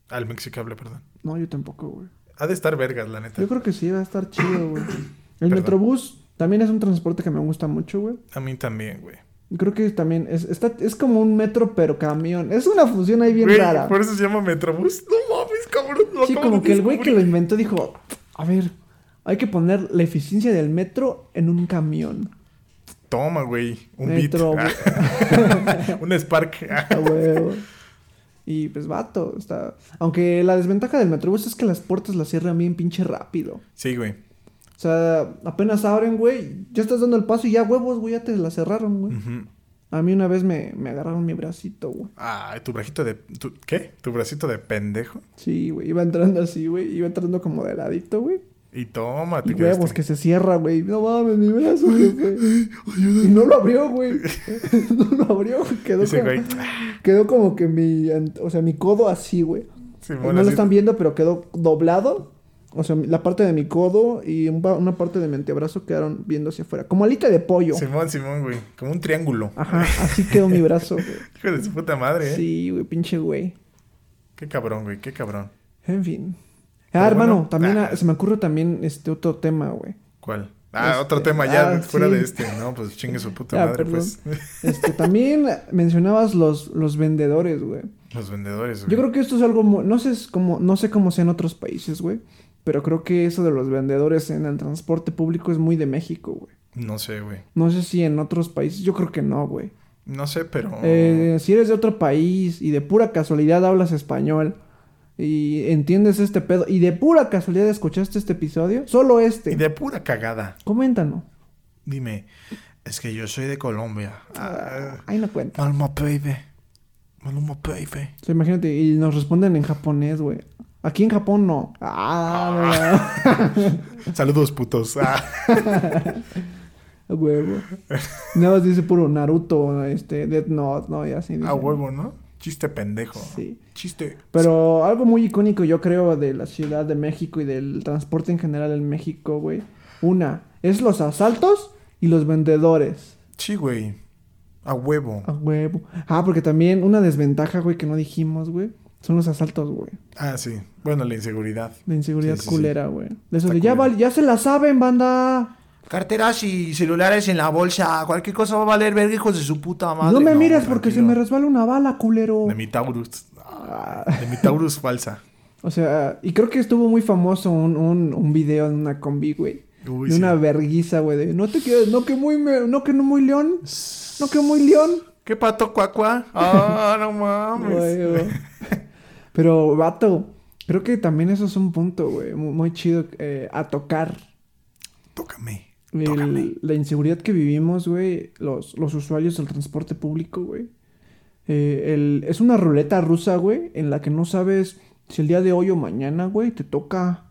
Al mexicable, perdón. No, yo tampoco, güey. Ha de estar vergas, la neta. Yo creo que sí, va a estar chido, güey. El Perdón. Metrobús también es un transporte que me gusta mucho, güey. A mí también, güey. Creo que también es, está, es como un metro, pero camión. Es una función ahí bien Güey, rara. Por eso se llama Metrobús. No mames, cabrón. lo Sí, acabo como de que el güey que lo descubrir. inventó dijo, a ver, hay que poner la eficiencia del metro en un camión. Toma, güey. Un Metro, beat. Ah. un Spark. Ah. A huevo. Y pues vato, está... Aunque la desventaja del metrobús es que las puertas las cierran bien pinche rápido. sí, güey. O sea, apenas abren, güey, ya estás dando el paso y ya huevos, güey, ya te la cerraron, güey. Ujú. A mí una vez me, me agarraron mi bracito, güey. Ah, tu bracito de... tu- ¿Qué? ¿Tu bracito de pendejo? Sí, güey, iba entrando así, güey, iba entrando como de ladito, güey. Y toma, Y te quedaste. huevos que se cierra, güey. No mames, mi brazo, güey. Y no lo abrió, güey. No lo abrió, güey. Quedó, Ese como, güey. quedó como que mi, ant- o sea, mi codo así, güey. Sí, No bueno, lo así- están viendo, pero quedó doblado. O sea, la parte de mi codo y un pa- una parte de mi antebrazo quedaron viendo hacia afuera. Como alita de pollo. Simón, Simón, güey. Como un triángulo. Ajá, así quedó mi brazo, güey. Hijo de su puta madre, ¿eh? Ah. Sí, güey, pinche güey. Qué cabrón, güey. Qué cabrón. En fin. Pero Ah, hermano, bueno, también ah. ah, se me ocurre también este otro tema, güey. ¿Cuál? Ah, Este, otro tema ya ah, fuera sí. de este. No, pues chingue su puta Ya, madre, perdón. pues. Este, también mencionabas los, los vendedores, güey. Los vendedores, güey. Yo creo que esto es algo, mu- no sé es cómo, no sé cómo sea en otros países, güey. Pero creo que eso de los vendedores en el transporte público es muy de México, güey. No sé, güey. No sé si en otros países, yo creo que no, güey. No sé, pero... Eh, si eres de otro país y de pura casualidad hablas español y entiendes este pedo y de pura casualidad escuchaste este episodio, solo este, Y de pura cagada. coméntanos. Dime, es que yo soy de Colombia. Ah, Ahí no cuenta. Maluma baby. Maluma baby. O sea, imagínate, y nos responden en japonés, güey. Aquí en Japón no. Ah, Saludos putos. Ah, a huevo. Nada más dice puro Naruto, este, Death Note, ¿no? Y así. a dicen. huevo, ¿no? Chiste pendejo. Sí. Chiste. Pero algo muy icónico, yo creo, de la Ciudad de México y del transporte en general en México, güey. Una, es los asaltos y los vendedores. Sí, güey. A huevo. A huevo. Ah, porque también una desventaja, güey, que no dijimos, güey, son los asaltos, güey. Ah, sí. Bueno, la inseguridad. De inseguridad Sí, sí, sí. culera, güey. De eso Está de ya, culero. val- ya se la saben, banda. Carteras y celulares en la bolsa. Cualquier cosa va a valer verga, hijos de su puta madre. no me mires porque se me tranquilo. resbala una bala, culero. De mi Taurus. Ah. De mi Taurus falsa. O sea, y creo que estuvo muy famoso un, un, un video en una combi, güey. Uy, de sí. una verguiza, güey. de, No te quedes, no que muy, me- no que no muy león. No que muy león. ¿Qué pato cuacua? Ah, no mames. Güey, güey. Pero, vato, creo que también eso es un punto, güey, mu- muy, chido eh, a tocar. Tócame. El- Tócame. la inseguridad que vivimos, güey, los, los usuarios del transporte público, güey. Eh, el- es una ruleta rusa, güey, en la que no sabes si el día de hoy o mañana, güey, te toca.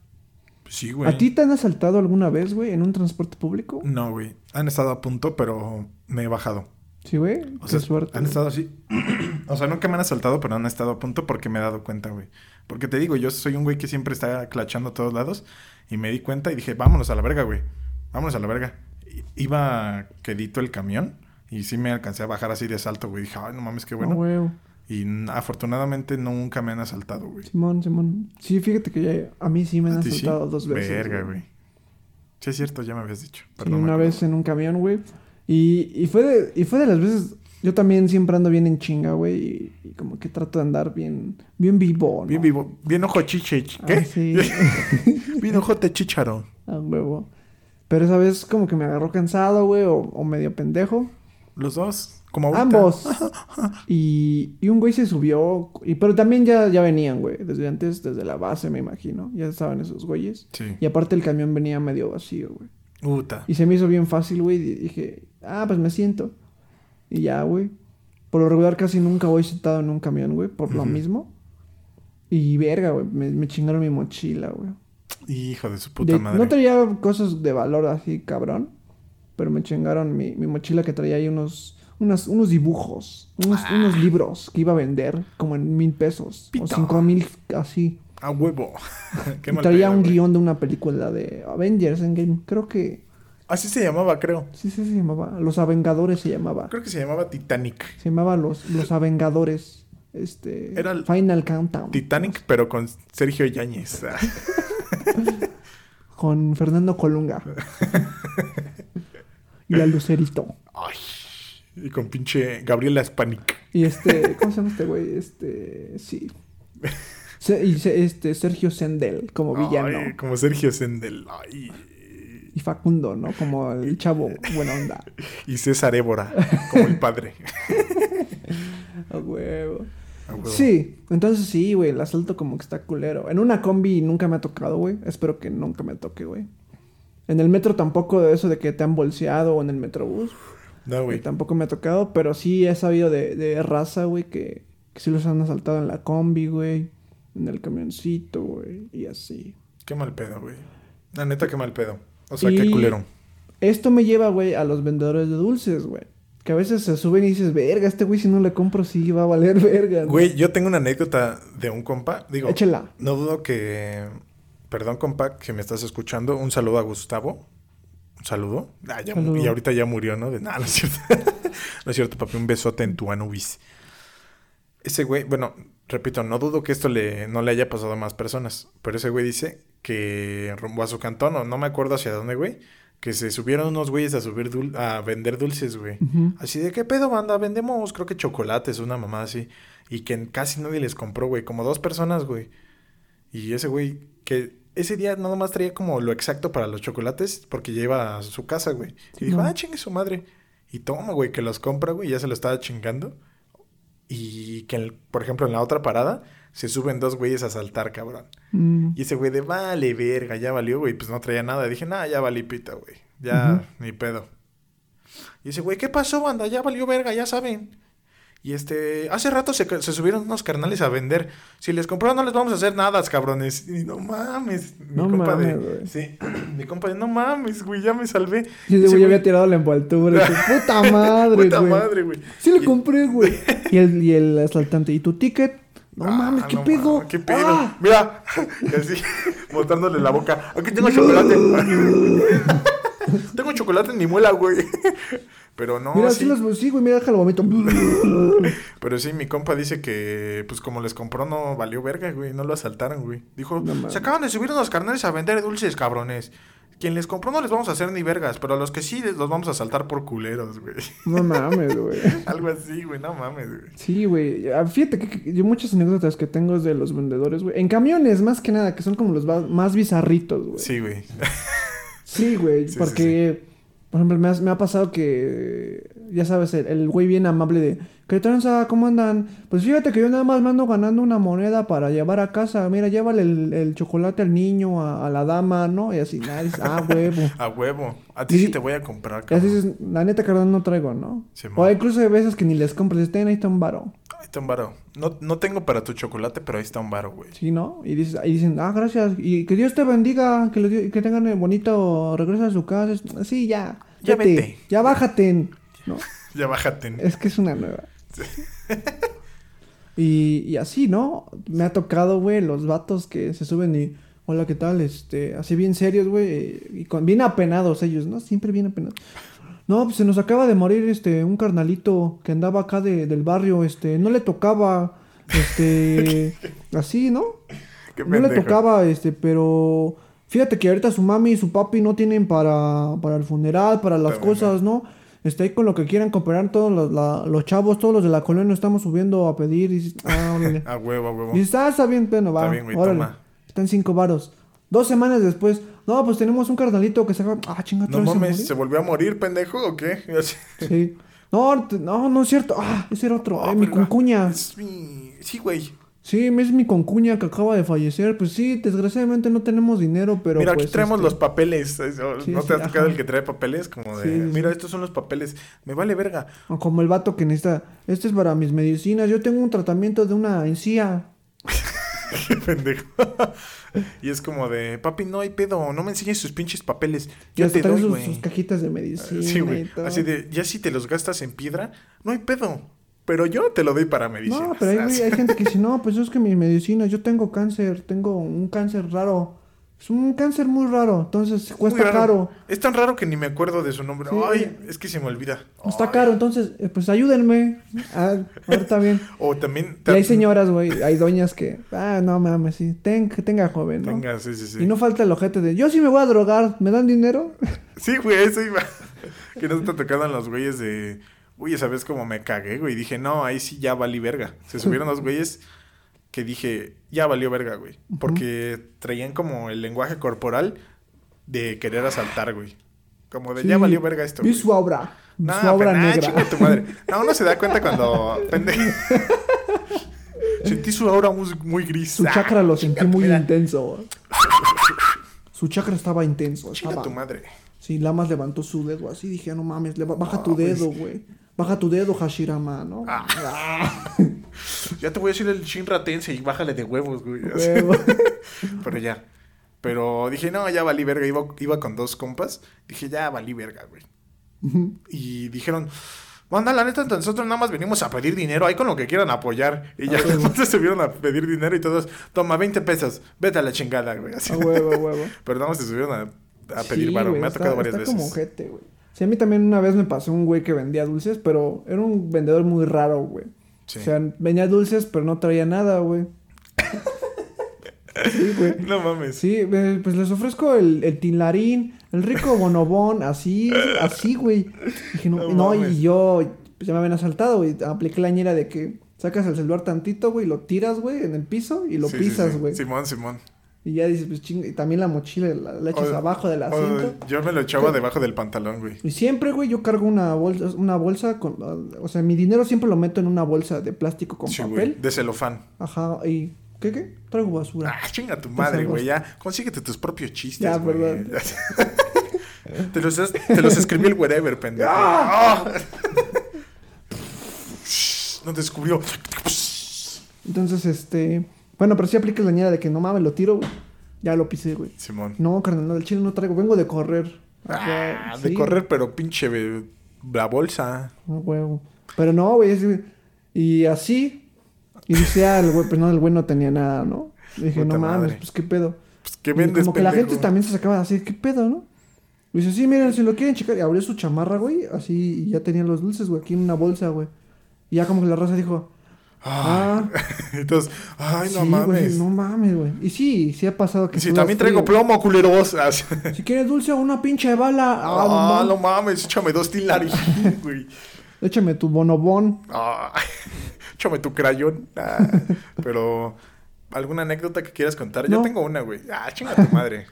Sí, güey. Mm. ¿A ti te han asaltado alguna vez, güey, en un transporte público? No, güey. Han estado a punto, pero me he bajado. Sí, güey. O Qué sea, suerte. han estado así. o sea, nunca me han asaltado, pero han estado a punto porque me he dado cuenta, güey. Porque te digo, yo soy un güey que siempre está clachando a todos lados. Y me di cuenta y dije, vámonos a la verga, güey. Vámonos a la verga. I- Iba quedito el camión y sí me alcancé a bajar así de salto, güey. Dije, ay, no mames, qué Ah, bueno. güey. y n- afortunadamente nunca me han asaltado, Ah, güey. Simón, Simón. Sí, fíjate que ya- a mí sí me han ¿A ti sí? asaltado dos veces. Verga, güey. Sí, es cierto, ya me habías dicho. Sí, Perdón, me una acuerdo. vez en un camión, güey. Y, y, fue de, y fue de las veces... Yo también siempre ando bien en chinga, güey. Y, y como que trato de andar bien... Bien vivo, ¿no? Bien vivo, bien ojo chiche. Ah, ¿Qué? sí. bien ojo de chicharo. a huevo. Pero esa vez como que me agarró cansado, güey. O, o medio pendejo. Los dos, como ahorita. Ambos. y, y un güey se subió. Y, pero también ya, ya venían, güey. Desde antes, desde la base, me imagino. Ya estaban esos güeyes. Sí. Y aparte el camión venía medio vacío, güey. Uta. Y se me hizo bien fácil, güey. y Dije, ah, pues me siento. Y ya, güey. Por lo regular casi nunca voy sentado en un camión, güey. Por lo Ujú. mismo. Y verga, güey. Me, me chingaron mi mochila, güey. Hijo de su puta De- madre. No traía cosas de valor así, cabrón. Pero me chingaron mi, mi mochila que traía ahí unos, unas- unos dibujos. Unos, unos libros que iba a vender como en mil pesos. Ah. Pito. O cinco mil, así. A huevo. Qué Y mal traía pedo, un güey. guión de una película de Avengers Endgame. Creo que... Así se llamaba, creo. Sí, sí, se llamaba. Los Avengadores se llamaba. Creo que se llamaba Titanic. Se llamaba Los, los Avengadores. Este. Era el- Final Countdown. Titanic, pero con Sergio Yáñez. Ah, Con Fernando Colunga. y a Lucerito. Ay. Y con pinche Gabriela Spanik. Y este. ¿Cómo se llama este güey? Este. Sí. Se- y se- este Sergio Sendel como villano. Ay, como Sergio Sendel. Ay. Y Facundo, ¿no? Como el chavo buena onda. Y César Évora, como el padre. A huevo. A huevo. Sí, entonces sí, güey, el asalto como que está culero. En una combi nunca me ha tocado, güey. Espero que nunca me toque, güey. En el metro tampoco de eso de que te han bolseado o en el metrobús. No, güey, güey. Tampoco me ha tocado, pero sí he sabido de, de raza, güey, que, que sí los han asaltado en la combi, güey. En el camioncito, güey, y así. Qué mal pedo, güey. La neta, qué mal pedo. O sea, Y- qué culero. Esto me lleva, güey, a los vendedores de dulces, güey. Que a veces se suben y dices, verga, este güey si no le compro sí va a valer verga. ¿no?". Güey, yo tengo una anécdota de un compa. Digo, Échela. no dudo que. Perdón, compa, que me estás escuchando. Un saludo a Gustavo. Un saludo. Ah, ya mu- Saludo. Y ahorita ya murió, ¿no? De nada, no es cierto. no es cierto, papi. Un besote en tu anubis. Ese güey, bueno, repito, no dudo que esto le, no le haya pasado a más personas. Pero ese güey dice que rumbo a su cantón, o no me acuerdo hacia dónde, güey, que se subieron unos güeyes a subir dul- a vender dulces, güey. Ujú. Así de, ¿qué pedo, banda? Vendemos, creo que chocolates, una mamá así. Y que casi nadie les compró, güey. Como dos personas, güey. Y ese güey, que ese día nada más traía como lo exacto para los chocolates, porque ya iba a su casa, güey. Y dijo, No. ah, chingue su madre. Y toma, güey, que los compra, güey. Ya se lo estaba chingando. Y que, en- por ejemplo, en la otra parada, se suben dos güeyes a saltar, cabrón. Mm. Y ese güey de, vale, verga, ya valió, güey. Pues no traía nada. Dije, nada, ya valí pita, güey. Ya, ni pedo. Y ese güey, ¿qué pasó, banda? Ya valió verga, ya saben. Y este, hace rato se, ca- se subieron unos carnales a vender. Si les compraron, no les vamos a hacer nada, cabrones. Y no mames. Mi No compa de- mames, güey. Sí, mi compa de, no mames, güey, ya me salvé. Ese Yo digo, ya güey- había tirado la envoltura. y dije, Puta madre, güey. Puta madre, güey. Sí lo Y- compré, güey. Y el, y el asaltante, ¿y tu ticket? No Ah, mames, ¿qué no pedo? mames, ¿Qué pedo? ¡Ah! Mira, y así, botándole la boca. Aquí tengo chocolate. tengo chocolate en mi muela, güey. Pero no, mira, sí. sí los sí, güey, mira, déjalo vomito. no Pero sí, mi compa dice que, pues como les compró, no valió verga, güey. No lo asaltaron, güey. Dijo, No mames. se acaban de subir unos carnales a vender dulces, cabrones. Quien les compró no les vamos a hacer ni vergas, pero a los que sí les los vamos a saltar por culeros, güey. mames, güey. Algo así, güey, no mames, güey. Sí, güey. Ah, Fíjate que, que yo muchas anécdotas que tengo es de los vendedores, güey. En camiones, más que nada, que son como los va- más bizarritos, güey. Sí, güey. Sí, güey, Sí, porque, por ejemplo, me, has- me ha pasado que, ya sabes, el- el güey bien amable de, ¿qué tranza? ¿Cómo andan? Pues fíjate que yo nada más me ando ganando una moneda para llevar a casa. Mira, llévale el, el chocolate al niño, a, a la dama, ¿no? Y así, nada, dices, ah, huevo. A huevo. A ti sí Sí. te voy a comprar, Y así cabrón. dices, la neta, carnal, no traigo, ¿no? Simón. o incluso hay veces que ni les compras, estén ahí está un varo. Ahí está un varo. No, no tengo para tu chocolate, pero ahí está un varo, güey. Sí, ¿no? Y, dices, y dicen, ah, gracias, y que Dios te bendiga, que, les- que tengan el bonito regreso a su casa. Sí, ya. Ya vete. Ya bájate, ¿no? Ya bájate. Es que es una nueva. Y, y así, ¿no? Me ha tocado, güey, los vatos que se suben y... Hola, ¿qué tal? Este, así bien serios, güey. Y con, bien apenados ellos, ¿no? Siempre bien apenados. No, pues se nos acaba de morir, este, un carnalito que andaba acá de- del barrio, este, no le tocaba, este, así, ¿no? Qué no le pendejo. tocaba, este, pero fíjate que ahorita su mami y su papi no tienen para, para el funeral, para las También, eh. cosas, ¿no? Este, ahí con lo que quieran cooperar todos los, la- los chavos, todos los de la colonia, nos estamos subiendo a pedir y dices, ah, órale. A huevo, a huevo. y dices, ah, está bien, bueno, va, Está bien, güey, órale. toma. Están cinco varos. Dos semanas después, no, pues tenemos un carnalito que se acaba, ah, chinga, otra No vez se mames, murió". ¿se volvió a morir, pendejo, o qué? Sí. No, te- no, no es cierto. Ah, ese era otro. Ah, Eh, mi verga. concuña. Es mi- Sí, güey. Sí, es mi concuña que acaba de fallecer. Pues sí, desgraciadamente no tenemos dinero, pero. mira, pues, aquí traemos este, los papeles. Es- o- Sí, ¿No sí, te ha tocado ajá. el que trae papeles? Como de, Sí, sí, sí. mira, estos son los papeles. Me vale verga. o Como el vato que necesita. Este es para mis medicinas. Yo tengo un tratamiento de una encía. Qué pendejo. y es como de, papi, no hay pedo. No me enseñes sus pinches papeles. Y Yo hasta te trae doy, sus, sus güey. cajitas de medicina. Sí, y güey. todo. Así de, ya si te los gastas en piedra, no hay pedo. Pero yo te lo doy para medicina. No, pero hay, güey, hay gente que dice, no, pues es que mis medicinas, yo tengo cáncer, tengo un cáncer raro. Es un cáncer muy raro, entonces cuesta caro. Es tan raro que ni me acuerdo de su nombre. Sí, Ay, es que se me olvida. Está Ay. caro, entonces, eh, pues ayúdenme. Ah, ahorita bien. O también... Y hay señoras, güey, hay doñas que, ah, no mames, sí, ten, que tenga joven, ¿no? Venga, sí, sí, sí. Y no falta el ojete de, yo sí me voy a drogar, ¿me dan dinero? Sí, güey, eso iba. que no te tocaban los güeyes de. Uy, ¿sabes cómo me cagué, güey? Dije, no, ahí sí ya valí verga. Se subieron los güeyes que dije, ya valió verga, güey. Porque traían como el lenguaje corporal de querer asaltar, güey. Como de, ya Sí. valió verga esto. Vi güey. su obra, vi No, su obra pero, ah, negra. chinga tu madre. No, uno se da cuenta cuando. pende- Sentí su aura muy, muy gris. Su Ah, chakra lo sentí chinga tu- muy mira, intenso. Su chakra estaba intenso, Chinga estaba... tu madre. Sí, Lamas levantó su dedo así, dije, "Ah, no mames, leva- baja No, tu Ah, güey. Ah, dedo, güey. Baja tu dedo, Hashirama, ¿no? Ah, Ya te voy a decir el shinratense y bájale de huevos, güey. Así. Huevo. Pero ya. Pero dije, no, ya valí verga. Iba, iba con dos compas. Dije, ya valí verga, güey. Y dijeron, manda, la neta, nosotros nada más venimos a pedir dinero. Ahí con lo que quieran apoyar. Y Ah, ya entonces se vieron a pedir dinero y todos, toma 20 pesos, vete a la chingada, güey. Así. A huevo, a huevo. Pero nada más se subieron a, a pedir Ah, Sí, varo. güey, Me ha está- tocado varias está veces. como ojete, güey. Sí, a mí también una vez me pasó un güey que vendía dulces, pero era un vendedor muy raro, güey. Sí. O sea, vendía dulces, pero no traía nada, güey. sí, güey. No mames. Sí, eh, pues les ofrezco el, el tinlarín, el rico bonobón, así, así, güey. Dije, no, No no, mames. y yo, pues ya me habían asaltado, güey. Apliqué la ñera de que sacas el celular tantito, güey, lo tiras, güey, en el piso y lo Sí, sí, pisas, sí. güey. Simón, Simón. Y ya dices, pues chinga, y también la mochila la, la echas O- abajo del o- asiento. Oh, Yo me lo echaba debajo del pantalón, güey. Y siempre, güey, yo cargo una bolsa, una bolsa con, o sea, mi dinero siempre lo meto en una bolsa de plástico con Sí, güey. papel. De celofán. Ajá, y ¿qué qué? Traigo basura. Ah, chinga tu madre, algo. güey. Ya, consíguete tus propios chistes, Ya, güey. perdón. te, los, es- te los escribió el wherever, pendejo. Ah. no descubrió. Entonces, este, bueno, pero sí apliques la ñera de que no mames, lo tiro, güey. Ya lo pisé, güey. Simón. No, carnal, no, del chile no traigo, vengo de correr. Ah, Ajá, de sí, correr, pero pinche eh, la bolsa. no, huevo. Pero no, güey, es- y así. Y dice, ah, el güey, pues no, el güey no tenía nada, ¿no? Y dije, Puta no mames, madre. pues qué pedo. Pues, ¿qué Y vendes, Como que la pendejo? gente también se sacaba así, ¿qué pedo, no? Y dice, sí, miren, si lo quieren checar. Y abrió su chamarra, güey, así, y ya tenía los dulces, güey, aquí en una bolsa, güey. Y ya como que la raza dijo, Ah. Ah. Entonces, ay, no sí, mames. güey, no mames, güey. Y sí, sí ha pasado que... Sí, sudas también traigo frío. plomo, culeros. Ah, sí. Si quieres dulce o una pinche bala, ah, no Ah, mames. no mames, échame dos tilaris, güey. échame tu bonobón. Ah, échame tu crayón. Ah, pero, ¿alguna anécdota que quieras contar? Yo No. tengo una, güey. Ah, chinga tu madre.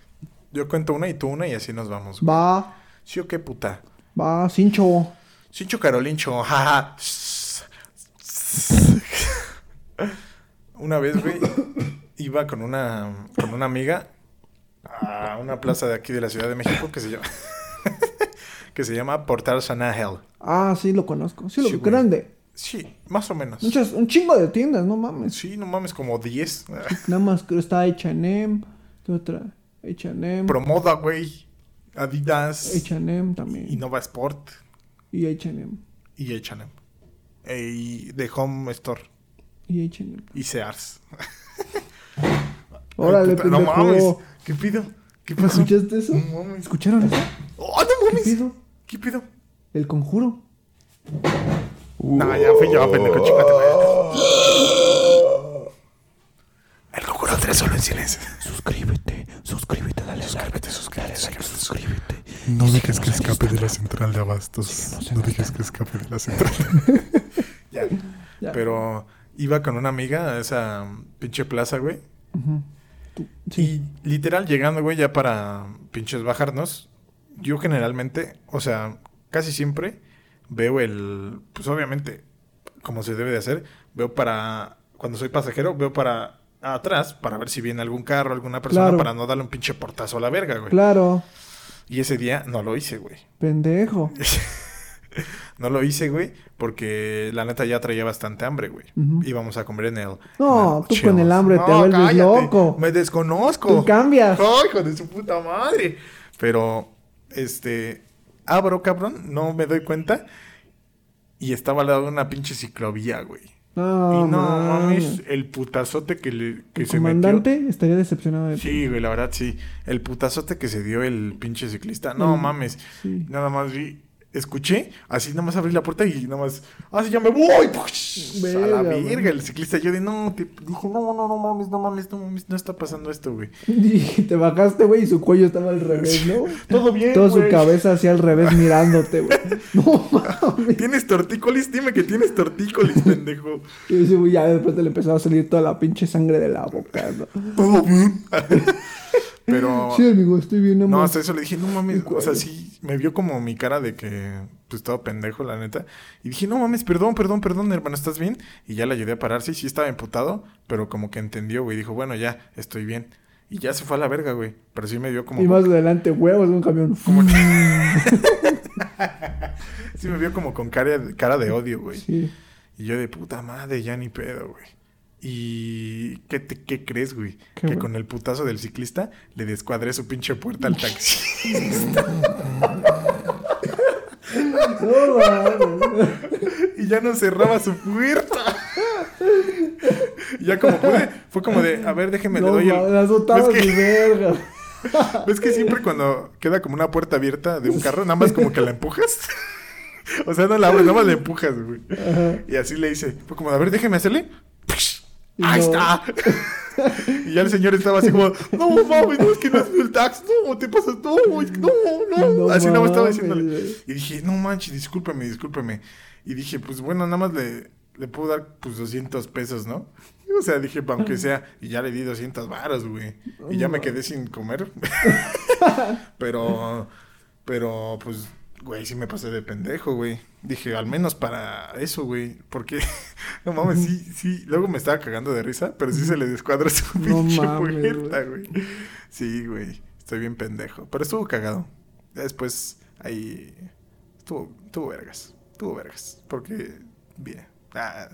Yo cuento una y tú una y así nos vamos. güey. Va, ¿Sí o qué puta? va, cincho. Sincho Carolincho, jaja. Una vez, güey, iba con una, con una amiga a una plaza de aquí de la Ciudad de México que se llama, que se llama Portal San Ángel. Ah, sí, lo conozco. Sí, lo Sí, güey. grande. Sí, más o menos. Muchas, un chingo de tiendas, no mames. Sí, no mames, como 10. Nada más que está H&M. ¿Qué otra? H&M. Promoda, güey. Adidas. H&M también. Innova Sport Y H&M. y H&M. Y The Home Store Y H&M. y Sears. Ay, Órale, puta, no pendejo. mames. ¿Qué pido? ¿Qué pasó? ¿Escuchaste eso? No mames. ¿Escucharon eso? ¡Oh, no ¿Qué mames! pido? ¿Qué pido? El conjuro. Uh. Nah, ya fue ya, pendejo, chingate, güey. El conjuro 3 solo en silencio. Suscríbete, suscríbete, dale suscríbete, suscríbete, suscríbete. No dejes que escape de la central de abastos. No dejes que escape de la central. Ya. Ya. Pero iba con una amiga a esa pinche plaza, güey. Y literal, llegando, güey, ya para pinches bajarnos, yo generalmente, o sea, casi siempre veo el. Pues obviamente, como se debe de hacer, veo para. Cuando soy pasajero, veo para atrás para ver si viene algún carro, alguna persona, Claro. para no darle un pinche portazo a la verga, güey. Claro. Y ese día no lo hice, güey. Pendejo. No lo hice, güey, porque la neta ya traía bastante hambre, güey. Ujú. Íbamos a comer en el. No, en el tú con el hambre te vuelves loco. Me desconozco. Tú cambias. ¡Ay, hijo de su puta madre! Pero, este. Abro, cabrón, no me doy cuenta. Y estaba al lado de una pinche ciclovía, güey. No, y no mames. mames, el putazote que, le, que El se metió. comandante estaría decepcionado de ti. Sí, güey, la verdad sí. El putazote que se dio el pinche ciclista. No Mm, mames. sí. Nada más vi, escuché, así nada más abrí la puerta y nada más. Ah, sí, ya me voy. a la Verga, güey. verga, el ciclista. Yo de no, te dije, no, no, no mames, no mames, no mames, no está pasando esto, güey. Y te bajaste, güey, y su cuello estaba al revés, ¿no? Todo bien, Toda güey. su cabeza hacia al revés mirándote, güey. No mames. ¿Tienes tortícolis? Dime que tienes tortícolis, pendejo. Y ese güey ya de repente le empezaba a salir toda la pinche sangre de la boca, ¿no? Todo bien. Pero. Sí, amigo, estoy bien, No, amor. hasta eso le dije, no mames, o sea, cuello. sí, me vio como mi cara de que, pues, estaba pendejo, la neta. Y dije, no mames, perdón, perdón, perdón, hermano, ¿estás bien? Y ya le ayudé a pararse y sí estaba emputado, pero como que entendió, güey, dijo, bueno, ya, estoy bien. Y ya se fue a la verga, güey, pero sí me vio como, Y más adelante, huevos de un camión. sí me vio como con cara, cara de odio, güey. Sí. Y yo de puta madre, ya ni pedo, güey. ¿Y qué, te- qué crees, güey? ¿Qué, que güey? con el putazo del ciclista le descuadré su pinche puerta al taxi. No, mames. y ya no cerraba su puerta. Y ya como pude, fue como de, a ver, déjeme, No, le doy mames, el... las otavas ¿Ves que- de verga. ¿Ves que siempre cuando queda como una puerta abierta de un carro, nada más como que la empujas? o sea, no la abres, nada más la empujas, güey. Ajá. Y así le hice. Fue como, a ver, déjeme hacerle. ¡Psh! Y ¡Ahí no. está! y ya el señor estaba así como, no, mames, no, es que no es el tax, no, te pasas, no, es que no, no. No así nada más estaba mames, diciéndole. güey. Y dije, no manches, discúlpeme, discúlpeme. Y dije, pues bueno, nada más le, le puedo dar, pues, 200 pesos, ¿no? O sea, dije, "Pa' aunque sea, y ya le di 200 varas, güey. Y ya me quedé sin comer. pero, pero, pues, güey, sí me pasé de pendejo, güey. Dije, al menos para eso, güey. Porque, no mames, sí, sí. Luego me estaba cagando de risa, pero sí se le descuadra su No pinche mames, puerta, güey. Sí, güey. Estoy bien pendejo. Pero estuvo cagado. Ya Después, ahí. Estuvo, estuvo vergas. Estuvo vergas. Porque, bien. Ah,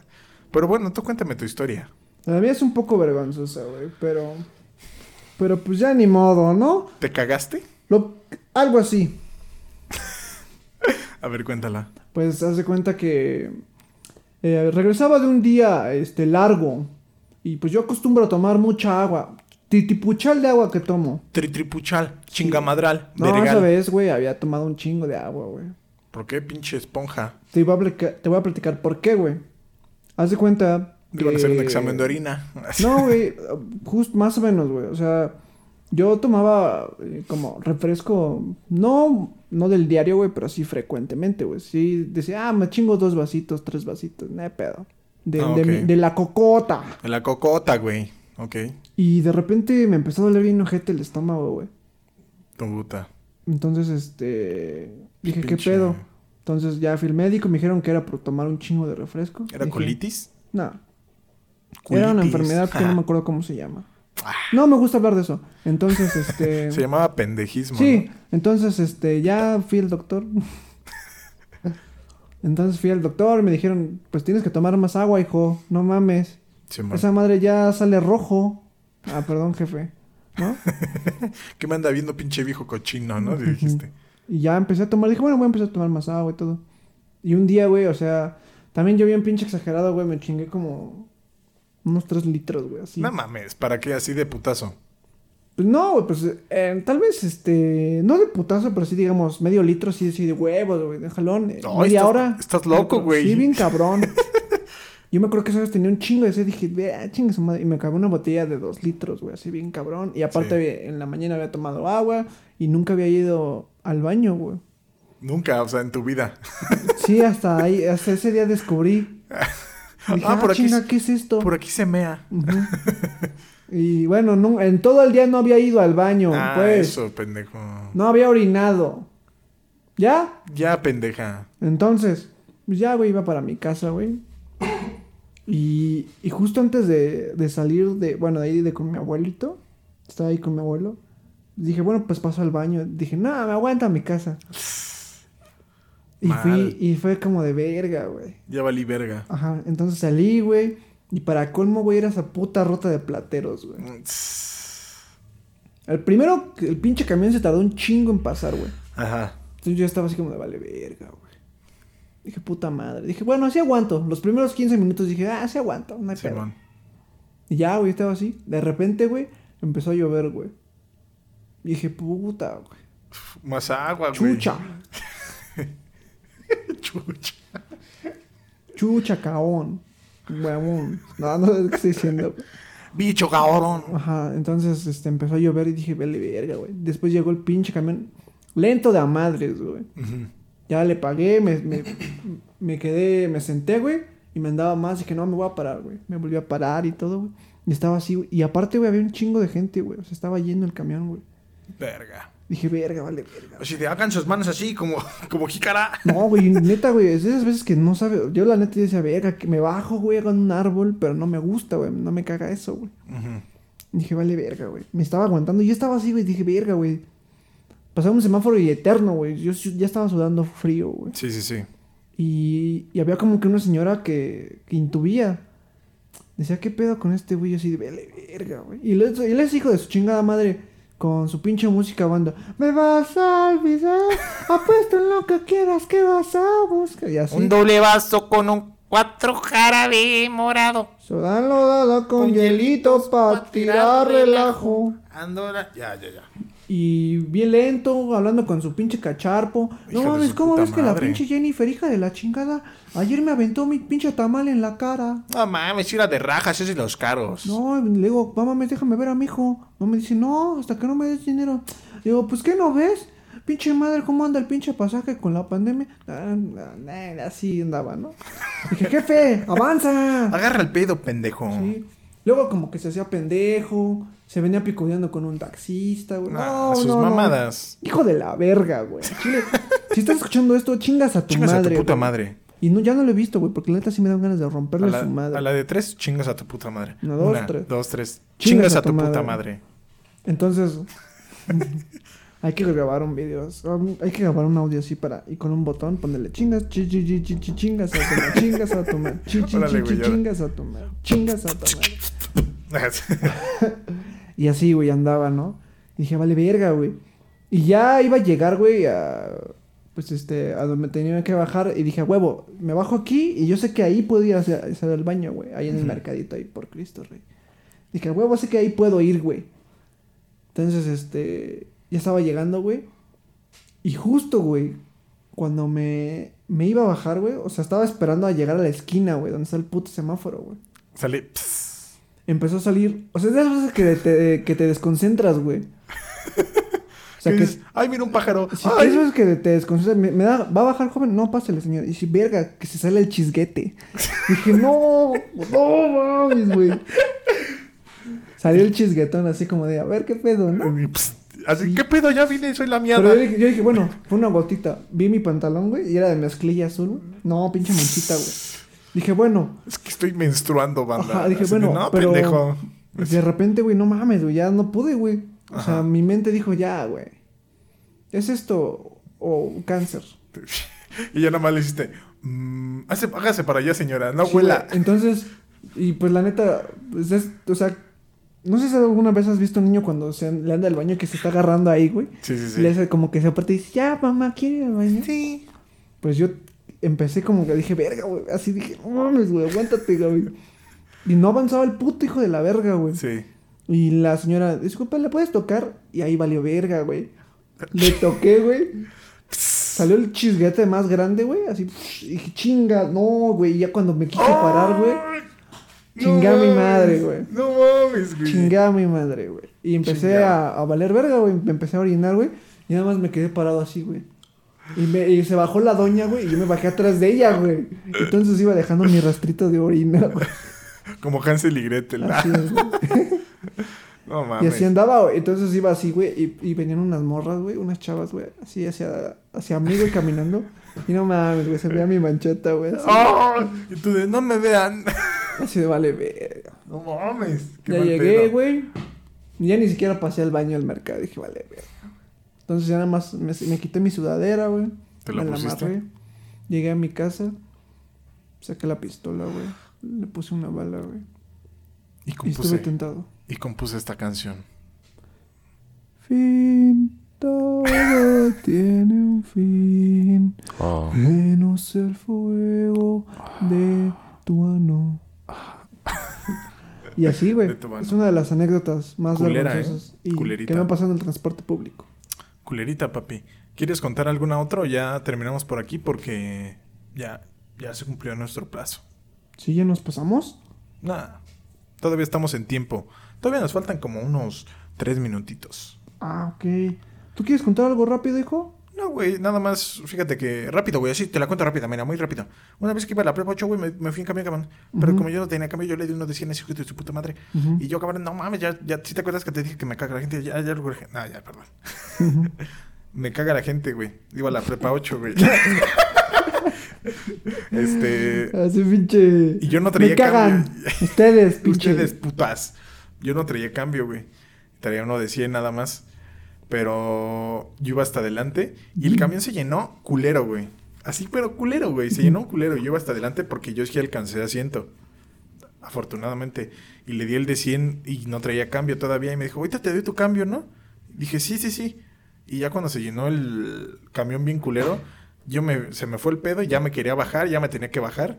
pero bueno, tú cuéntame tu historia. A mí es un poco vergonzosa, güey, pero... Pero pues ya ni modo, ¿no? ¿Te cagaste? Lo... Algo así. A ver, cuéntala. pues haz de cuenta que eh, regresaba de un día este largo y pues yo acostumbro a tomar mucha agua, titipuchal de agua que tomo. Tritripuchal, chingamadral, No, vergal. esa vez, güey, había tomado un chingo de agua, güey. ¿Por qué pinche esponja? Te, iba a platica- te voy a platicar por qué, güey. Haz de cuenta Te van a hacer un que- examen de orina. Eh, No, güey, justo más o menos, güey. O sea, yo tomaba eh, como refresco, no, no del diario, güey, pero sí frecuentemente, güey. Sí, decía, ah, me chingo dos vasitos, tres vasitos, no hay pedo. De, Ah, de ok. mi- de la cocota. La cocota, güey. Ok. Y de repente me empezó a doler bien ojete el estómago, güey. Puta. Entonces, este. Dije, ¿qué Pinche- pedo? Entonces ya fui al médico, me dijeron que era por tomar un chingo de refresco. ¿Era Dije, colitis? No. Era una Culitis. enfermedad que no me acuerdo cómo se llama. No me gusta hablar de eso. Entonces, este. Ah. Se llamaba pendejismo. Sí, entonces este ya fui al doctor. entonces fui al doctor, me dijeron, pues tienes que tomar más agua, hijo, no mames. ¿no? Sí, man. Esa madre ya sale rojo. Ah, perdón, jefe. ¿No? ¿Qué me anda viendo pinche viejo cochino, no? Le dijiste. Y ya empecé a tomar, dije, bueno, voy a empezar a tomar más agua y todo. Y un día, güey, o sea, también yo bien pinche exagerado, güey, me chingué como unos tres litros, güey, así. No mames, ¿para qué así de putazo? Pues no, güey, pues eh, tal vez este. No de putazo, pero sí, digamos, medio litro, sí, sí, de huevos, güey, de jalón. eh, No, media estás- hora. estás loco, Otro- güey. Sí, bien cabrón. Yo me acuerdo que esa vez tenía un chingo de sed, dije, vea, chingue su madre. Y me acabé una botella de dos litros, güey, así bien cabrón. Y aparte, en la mañana había tomado agua y nunca había ido al baño, güey. Nunca, o sea, en tu vida. Sí, hasta ahí, hasta ese día descubrí. Dije, ah, por aquí chinga, es- ¿qué es esto? Por aquí se mea. Ujú. Y bueno, nun- en todo el día no había ido al baño, ah, pues. eso, pendejo. No había orinado. ¿Ya? Ya, pendeja. Entonces, pues ya, güey, iba para mi casa, güey. Y, y justo antes de, de salir de, bueno, de ahí de con mi abuelito, estaba ahí con mi abuelo. Dije, bueno, pues paso al baño. Dije, no, me aguanta a mi casa. Y Mal. fui, y fue como de verga, güey. Ya valí verga. Ajá, entonces salí, güey. Y para colmo, güey, era esa puta rota de plateros, güey. El primero, el pinche camión se tardó un chingo en pasar, güey. Ajá. Entonces yo estaba así como de vale verga, güey. Dije, puta madre. Dije, bueno, así aguanto. Los primeros 15 minutos dije, ah, así aguanto, no hay pedo. Simón. Y ya, güey, estaba así. De repente, güey, empezó a llover, güey. Y dije, puta, güey. Más agua, güey. Chucha. Chucha. Chucha, caón. Huevón. No, no sé qué estoy diciendo, güey. Bicho cabrón. Ajá, entonces este, empezó a llover y dije, vale verga, güey. Después llegó el pinche camión. Lento de a madres, güey. Ya le pagué, me, me, me quedé, me senté, güey. Y me andaba más, dije, no, me voy a parar, güey. Me volví a parar y todo, güey. Y estaba así, güey. Y aparte, güey, había un chingo de gente, güey. O sea, estaba yendo el camión, güey. Verga. Dije, verga, vale, verga. Así de hagan sus manos así, como, como jícara. No, güey, neta, güey, es de esas veces que no sabe. Yo la neta yo decía, verga, que me bajo, güey, hago un árbol, pero no me gusta, güey, no me caga eso, güey. Dije, vale, verga, güey. Me estaba aguantando. Yo estaba así, güey, dije, verga, güey. Pasaba un semáforo y eterno, güey. Yo, yo ya estaba sudando frío, güey. Sí, sí, sí. Y, y había como que una señora que, que intubía. Decía, ¿qué pedo con este güey? Yo así, de, vale, verga, güey. Y él y él es hijo de su chingada madre. Con su pinche música banda. Me vas a olvidar. Apuesto en lo que quieras que vas a buscar. Y así. Un doble vaso con un cuatro jarabe morado. Sodalo dada con, Con hielitos hielitos para pa' tirar tirar relajo. Andora. Ya, ya, ya. Y bien lento, hablando con su pinche cacharpo. Hija de no mames, su ¿cómo puta ves que la madre. pinche Jennifer, hija de la chingada, ayer me aventó mi pinche tamal en la cara? No mames, era de rajas, ese es los caros. No, le digo, mamá, mames, déjame ver a mi hijo. No me dice, no, hasta que no me des dinero. Digo, pues ¿qué no ves? Pinche madre, ¿cómo anda el pinche pasaje con la pandemia? Ah, ah, nah, así andaba, ¿no? Dije, jefe, avanza. Agarra el pedo, pendejo. Sí. Luego como que se hacía pendejo, se venía picoteando con un taxista, güey. Ah, No, sus no, no. mamadas. Hijo de la verga, güey. Chile, si estás escuchando esto, chingas a tu Chingas madre. a tu puta güey. madre. Y no, ya no lo he visto, güey, porque la neta sí me dan ganas de A romperle la, su madre. a la de tres, chingas a tu puta madre. Una, dos, tres. Dos, tres. Chingas a tu puta madre. Entonces, hay que grabar un video, um, hay que grabar un audio así para, y con un botón ponerle chingas, chi, chi, chi, chi, chi, chingas a tomar, chingas a tomar, chi, chi, Órale, chi, güey, chi, ya. chingas a tomar, chingas a tomar. Y así, güey, andaba, ¿no? Y dije, vale verga, güey. Y ya iba a llegar, güey, a... Pues, este, a donde tenía que bajar. Y dije, "A huevo, me bajo aquí y yo sé que ahí puedo ir a hacer, hacer el baño, güey. Ahí en el mercadito, ahí por Cristo, rey. Dije, "A huevo, sé que ahí puedo ir, güey. Entonces, este... Ya estaba llegando, güey. Y justo, güey, cuando me... Me iba a bajar, güey. O sea, estaba esperando a llegar a la esquina, güey. Donde está el puto semáforo, güey Sale. pss. empezó a salir. O sea, es de esas veces que te, que te desconcentras, güey. O sea, ¿Qué que. dices? Ay, mira un pájaro. Sí, Ay. es de esas que te desconcentras. Me, me da, va a bajar joven. No, pásale, señor. Y si, verga, que se sale el chisguete. Dije, no, no mames, güey. Salió el chisguetón así como de, a ver qué pedo, ¿no? Y, pss, Así, ¿qué pedo? Ya vine, soy la Pero mierda. yo dije, yo dije, bueno, fue una gotita. Vi mi pantalón, güey, y era de mezclilla azul. güey. No, pinche manchita, güey. Dije, bueno, Es que estoy menstruando, banda. Ajá, dije, Así de, bueno, no, pero pendejo. Pues de repente, güey, no mames, güey, ya no pude, güey. O sea, mi mente dijo, ya, güey. ¿Es esto o cáncer? Y ya nomás le hiciste, mm, hace- hágase para allá, señora, no Sí, güey. huela. Entonces, y pues la neta, pues, es- o sea, no sé si alguna vez has visto a un niño cuando se an- le anda al baño que se está agarrando ahí, güey. Sí, sí, Le sí. hace como que se aparte y dice, ya, mamá, ¿quieres ir al baño? Sí. Pues yo empecé como que dije, verga, güey. Así dije, no mames, güey, aguántate, güey. Y no avanzaba el puto hijo de la verga, güey. Sí. Y la señora, disculpa, ¿le puedes tocar? Y ahí valió verga, güey. Le toqué, güey. Salió el chisguete más grande, güey. Así, y dije, chinga, no, güey. Y Ya cuando me quise parar, güey. No Chinga a mi mames, madre, güey. No mames, güey. Chinga a mi madre, güey. Y empecé a, a valer verga, güey. Me empecé a orinar, güey. Y nada más me quedé parado así, güey. Y, me- y se bajó la doña, güey. Y yo me bajé atrás de ella, güey. Entonces iba dejando mi rastrito de orina, güey. Como Hansel y Gretel. Así es, güey. No Y mames. así andaba, güey. entonces iba así, güey, y, y venían unas morras, güey, unas chavas, güey, así hacia, hacia mí, güey, caminando. Y no mames, güey, se veía mi manchata, güey, así, ¡Ah! Y tú de, no me vean. así de vale verga. No mames. qué Ya mal llegué, pedo. güey, y ya ni siquiera pasé al baño del mercado, dije, vale verga. Entonces ya nada más me, me quité mi sudadera, güey. ¿Te la me pusiste? amarré, Llegué a mi casa, saqué la pistola, güey, le puse una bala, güey, Y y estuve compuse, tentado. y compuse esta canción. Fin, todo tiene un fin. Ah. Oh. Menos el fuego de tu ano. Y así, güey. De tu ano. Es una de las anécdotas más Culera, vergonzosas ¿eh? y Culerita. que me han pasado en el transporte público. Culerita, papi. ¿Quieres contar alguna otra o ya terminamos por aquí? Porque ya, ya se cumplió nuestro plazo. Si ya nos pasamos, Nada. Todavía estamos en tiempo. Todavía nos faltan como unos tres minutitos. ah, ok. ¿Tú quieres contar algo rápido, hijo? No, güey, nada más, fíjate que rápido, güey, así te la cuento rápida, mira, muy rápido. Una vez que iba a la prepa 8, güey, me, me fui en camión, cabrón. Pero Ujú. como yo no tenía camión, yo le di uno de 100 a ese hijo de su puta madre. Ujú. Y yo, cabrón, no mames, ya, ya, si te acuerdas que te dije que me caga la gente, ya, ya, güey, no, ya, perdón. me caga la gente, güey. Iba a la prepa 8, güey. este, Así, pinche. Y yo no traía Me cagan. cambio. Ustedes, pinche. Ustedes putas. Yo no traía cambio, güey. Traía uno de 100 nada más. Pero yo iba hasta adelante y el camión se llenó culero, güey. Así, pero culero, güey. Se llenó culero. Yo iba hasta adelante porque yo sí alcancé asiento. Afortunadamente. Y le di el de 100 y no traía cambio todavía. Y me dijo, ahorita te doy tu cambio, ¿no? Dije, sí, sí, sí. Y ya cuando se llenó el camión bien culero, yo me, se me fue el pedo. Ya me quería bajar, ya me tenía que bajar.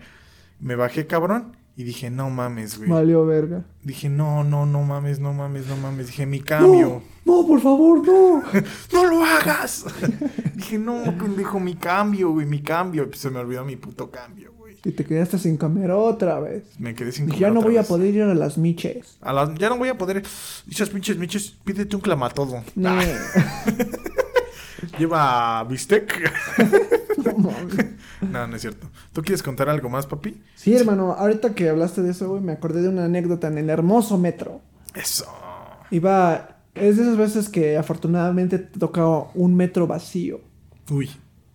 Me bajé, cabrón. Y dije, no mames, güey. Valió verga. Dije, no, no, no mames, no mames, no mames. Dije, mi cambio. No, no, por favor, no. ¡No, lo hagas! Dije, no, pendejo, mi cambio, güey, mi cambio. Pues se me olvidó mi puto cambio, güey. y te quedaste sin comer otra vez. Me quedé sin Dije, comer ya no otra voy a vez. poder ir a las miches. A las- ya no voy a poder. Dices, pinches, pinches, pídete un clamatodo. No. Ah, lleva bistec. No mames. no, no es cierto. ¿Tú quieres contar algo más, papi? Sí, hermano, ahorita que hablaste de eso, güey, me acordé de una anécdota en el hermoso metro. Eso. Iba. Es de esas veces que afortunadamente te toca un metro vacío. Uy,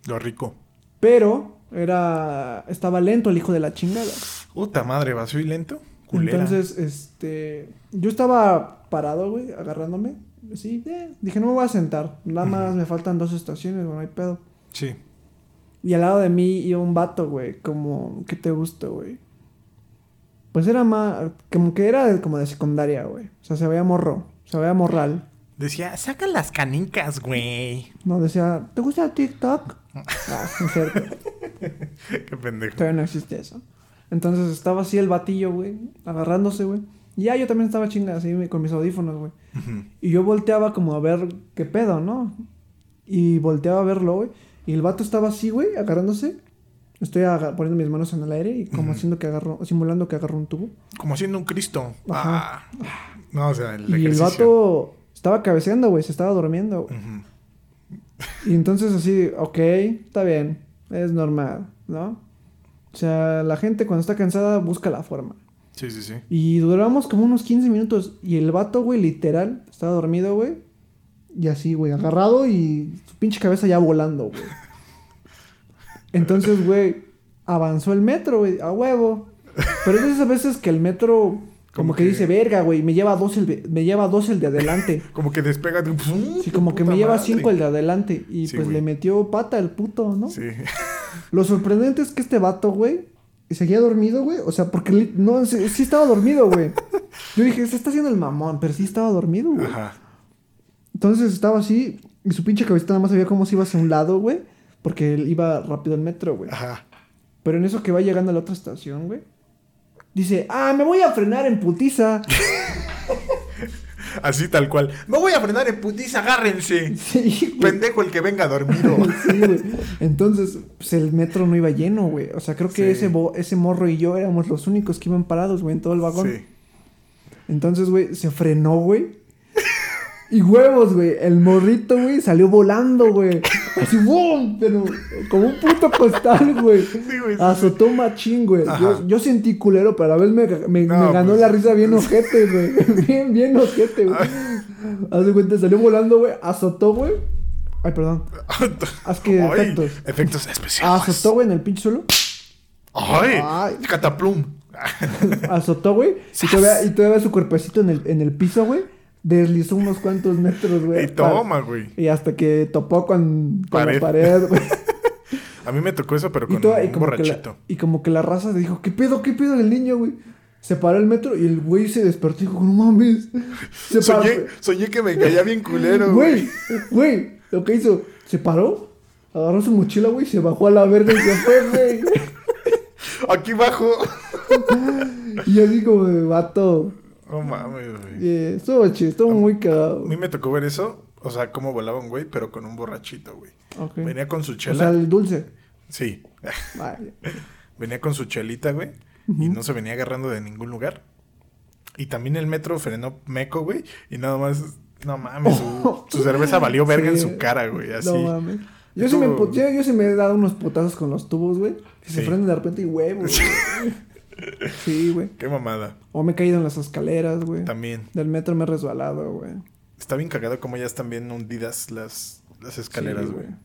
lo rico. Pero era. Estaba lento el hijo de la chingada. Puta madre, vacío y lento. Culera. Entonces, este. Yo estaba parado, güey, agarrándome. Sí, dije, no me voy a sentar. Nada más me faltan dos estaciones, güey, no hay pedo. Sí. Y al lado de mí iba un vato, güey. Como, ¿qué te gusta, güey? Pues era más. Como que era de- como de secundaria, güey. O sea, se veía morro. Se veía morral. Decía, saca las canicas, güey. No, decía, ¿te gusta TikTok? Ah, no es cierto. Qué pendejo. Todavía no existe eso. Entonces estaba así el batillo, güey. Agarrándose, güey. Y ya yo también estaba chingada así güey, con mis audífonos, güey. Y yo volteaba como a ver qué pedo, ¿no? Y volteaba a verlo, güey. Y el vato estaba así, güey, agarrándose. Estoy aga- poniendo mis manos en el aire y como haciendo que agarro, simulando que agarro un tubo. Como siendo un Cristo. Ajá. Ah. No, o sea, el y el ejercicio. vato estaba cabeceando, güey, se estaba durmiendo, güey. Ujú. Y entonces así, ok, está bien, es normal, ¿no? O sea, la gente cuando está cansada busca la forma. Sí, sí, sí. Y duramos como unos 15 minutos. Y el vato, güey, literal, estaba dormido, güey. Y así, güey, agarrado y su pinche cabeza ya volando, güey. Entonces, güey, avanzó el metro, güey, a huevo. Pero es de esas veces que el metro como Como que, que- dice, verga, güey, me lleva dos el, de- me lleva dos el de adelante. Como que despega. de- ¡Pum! Sí, como que Puta me lleva madre. cinco el de adelante. Y Sí, pues güey. le metió pata el puto, ¿no? Sí. Lo sorprendente es que este vato, güey, seguía dormido, güey. O sea, porque li- no, sí, sí estaba dormido, güey. Yo dije, se está haciendo el mamón, pero sí estaba dormido, güey. Ajá. Entonces estaba así y su pinche cabecita nada más sabía cómo se iba hacia un lado, güey. Porque él iba rápido el metro, güey. Ajá. Pero en eso que va llegando a la otra estación, güey. Dice, ah, me voy a frenar en putiza. Así tal cual. Me voy a frenar en putiza, agárrense. sí, güey. Pendejo el que venga dormido. Sí, güey. Entonces, pues el metro no iba lleno, güey. O sea, creo que Sí. ese, bo- ese morro y yo éramos los únicos que iban parados, güey, en todo el vagón. Sí. Entonces, güey, se frenó, güey. Y huevos, güey. El morrito, güey, salió volando, güey. Así, ¡boom! Pero como un puto costal, güey. güey, sí, Azotó machín, güey. Ajá. Yo, yo sentí culero, pero a la vez me, me- me No, ganó pues. Ah. la risa bien ojete, güey. Bien, bien ojete, güey. Haz de cuenta, salió volando, güey. Azotó, güey. Ay, perdón. Haz que Ay, efectos. efectos especiales. Azotó, güey, en el pinche suelo. Ay, Ay. Cataplum. azotó, güey. Y todavía, y todavía su cuerpecito en el, en el piso, güey. Deslizó unos cuantos metros, güey. Y toma, güey. Y hasta que topó con, con la Pared. pared, güey. A mí me tocó eso, pero y, con toda- y un como que borrachito. la, y como que la raza le dijo, ¿qué pedo, qué pedo del niño, güey? Se paró el metro y el güey se despertó y dijo, no mames. Se paró. Soñé, soñé que me caía bien culero, Güey, güey. güey, lo que hizo, se paró, agarró su mochila, güey, se bajó a la verga y se fue, güey. Aquí bajo. Y yo digo, vato, No mames, güey. eh, estuvo chido, Ah, estuvo muy cagado. A mí me tocó ver eso. O sea, cómo volaba un güey, pero con un borrachito, güey. Ok. Venía con su O chela. sea, el dulce. Sí. Vaya. Venía con su chelita, güey. Y no se venía agarrando de ningún lugar. Y también el metro frenó meco, güey. Y nada más. No mames, su, su cerveza valió verga en Sí. su cara, güey. Así. No mames. Yo sí, me, Estuvo- pu- yo, yo sí me he dado unos putazos con los tubos, güey. Que se Sí. frenan de repente y huevos. güey. Sí, güey. Qué mamada. O me he caído en las escaleras, güey. También. Del metro me he resbalado, güey. Está bien cagado como ya están bien hundidas las, las escaleras, Sí, güey. Pero,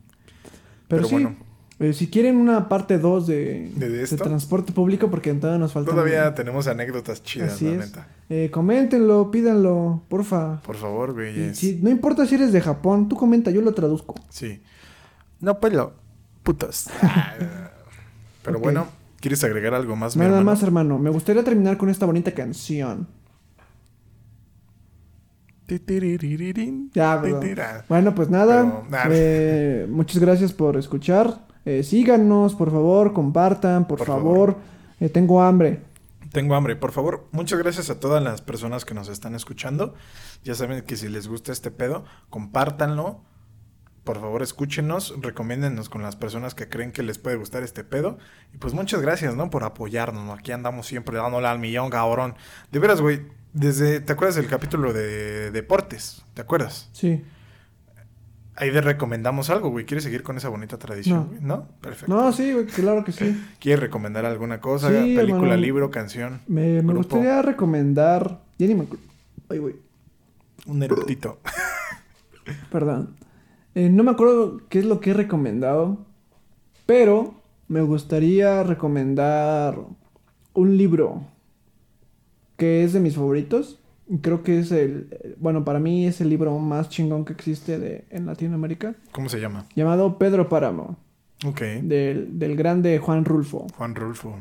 Pero sí, bueno. eh, si quieren una parte 2 de, ¿De esto? transporte público, porque todavía nos falta. Todavía tenemos anécdotas chidas, Así la es. neta. Eh, coméntenlo, pídanlo, porfa. Por favor, güey. Y es- si- no importa si eres de Japón, tú comenta, yo lo traduzco. Sí. No, pues lo. Putos. Ah, Pero Ok. bueno, ¿quieres agregar algo más, mi Nada hermano? más, hermano. Me gustaría terminar con esta bonita canción. Titiriririn. Ya, perdón. Titira. Bueno, pues nada. Pero, nah. eh, muchas gracias por escuchar. Eh, síganos, por favor, compartan, por, Por favor. Eh, tengo hambre. Tengo hambre, por favor. Muchas gracias a todas las personas que nos están escuchando. Ya saben que si les gusta este pedo, compártanlo. Por favor, escúchenos, recomiéndennos con las personas que creen que les puede gustar este pedo. Y pues muchas gracias, ¿no? Por apoyarnos, ¿no? Aquí andamos siempre dándole al millón, cabrón. De veras, güey, desde, ¿te acuerdas del capítulo de deportes? ¿Te acuerdas? Sí. Ahí les recomendamos algo, güey. ¿Quieres seguir con esa bonita tradición, No. güey? ¿No? Perfecto. No, sí, güey, claro que sí. ¿Quieres recomendar alguna cosa? Sí, película, hermano. libro, canción. Me, me grupo? gustaría recomendar. Jenny Mac- Ay, güey, Un eruptito. perdón. Eh, no me acuerdo qué es lo que he recomendado. Pero me gustaría recomendar un libro que es de mis favoritos. Creo que es el. Bueno, para mí es el libro más chingón que existe de, en Latinoamérica. ¿Cómo se llama? Llamado Pedro Páramo, Ok. del, del grande Juan Rulfo. Juan Rulfo.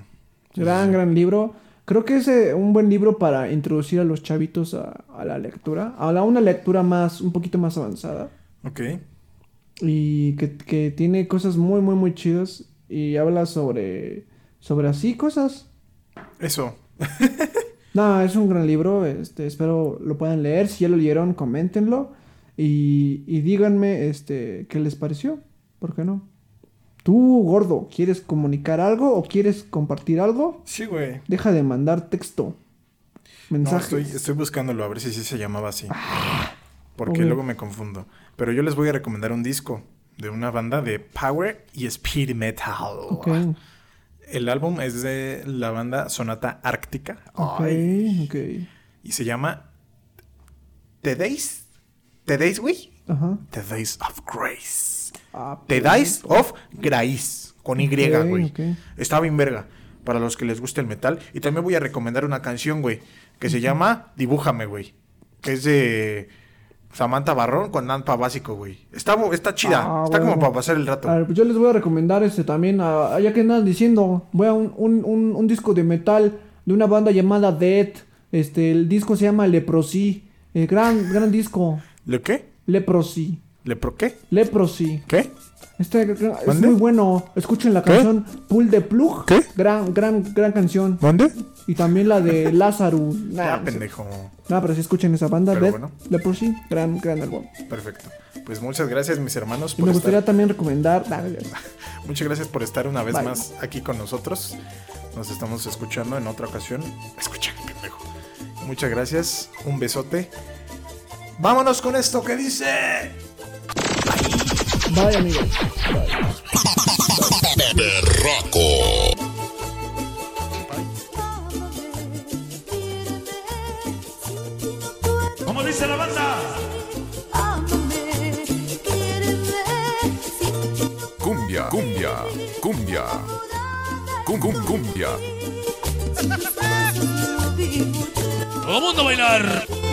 Gran, gran libro. Creo que es eh, un buen libro para introducir a los chavitos a, a la lectura, a la- una lectura más, un poquito más avanzada. Ok. Y que, que tiene cosas muy, muy, muy chidas. Y habla sobre, sobre así cosas. Eso. No, es un gran libro. Este, espero lo puedan leer. Si ya lo leyeron, coméntenlo. Y, y díganme este, qué les pareció. ¿Por qué no? Tú, gordo, ¿quieres comunicar algo o quieres compartir algo? Sí, güey. Deja de mandar texto. No, Mensajes. Ah, estoy, estoy buscándolo a ver si sí se llamaba así. Porque Obvio. luego me confundo. Pero yo les voy a recomendar un disco de una banda de power y speed metal. Ok. El álbum es de la banda Sonata Ártica. Ok, Ay. ok. Y se llama... ¿Te deis? ¿Te deis, güey? Ajá. The Days of Grace. Ah, The Days of Grace. Con Y, Ok, güey. ok. Está bien verga. Para los que les gusta el metal. Y también voy a recomendar una canción, güey. Que se llama Dibújame, güey. Que es de Samantha Barrón con Nampa Básico, güey. Está, bu- está chida. Ah, está como huevo. para pasar el rato. A ver, pues yo les voy a recomendar este también, ah, ya que andan diciendo, voy a un, un- un- un disco de metal de una banda llamada Dead. Este, el disco se llama Leprosy. Eh, gran, gran disco. ¿Le qué? Leprosy. ¿Le pro qué? Leprosy. ¿Qué? Este gra- es ¿Mande? muy bueno. Escuchen la ¿Qué? canción Pull the Plug. ¿Qué? Gran, gran, gran canción. ¿Dónde? Y también la de Lázaro. Ah, Nah, no sé. pendejo. Nah, pero si escuchen esa banda, Pero Dead, bueno. Leprosy, gran, gran álbum. Perfecto. Pues muchas gracias, mis hermanos, Y me por gustaría estar. también recomendar. nah, Muchas gracias por estar una vez Bye. más aquí con nosotros. Nos estamos escuchando en otra ocasión. Escucha, pendejo. Muchas gracias. Un besote. Vámonos con esto que dice. bye, amigos. Como dice la banda. Cumbia, cumbia, cumbia. Cum, cum, cumbia. Todo mundo a bailar.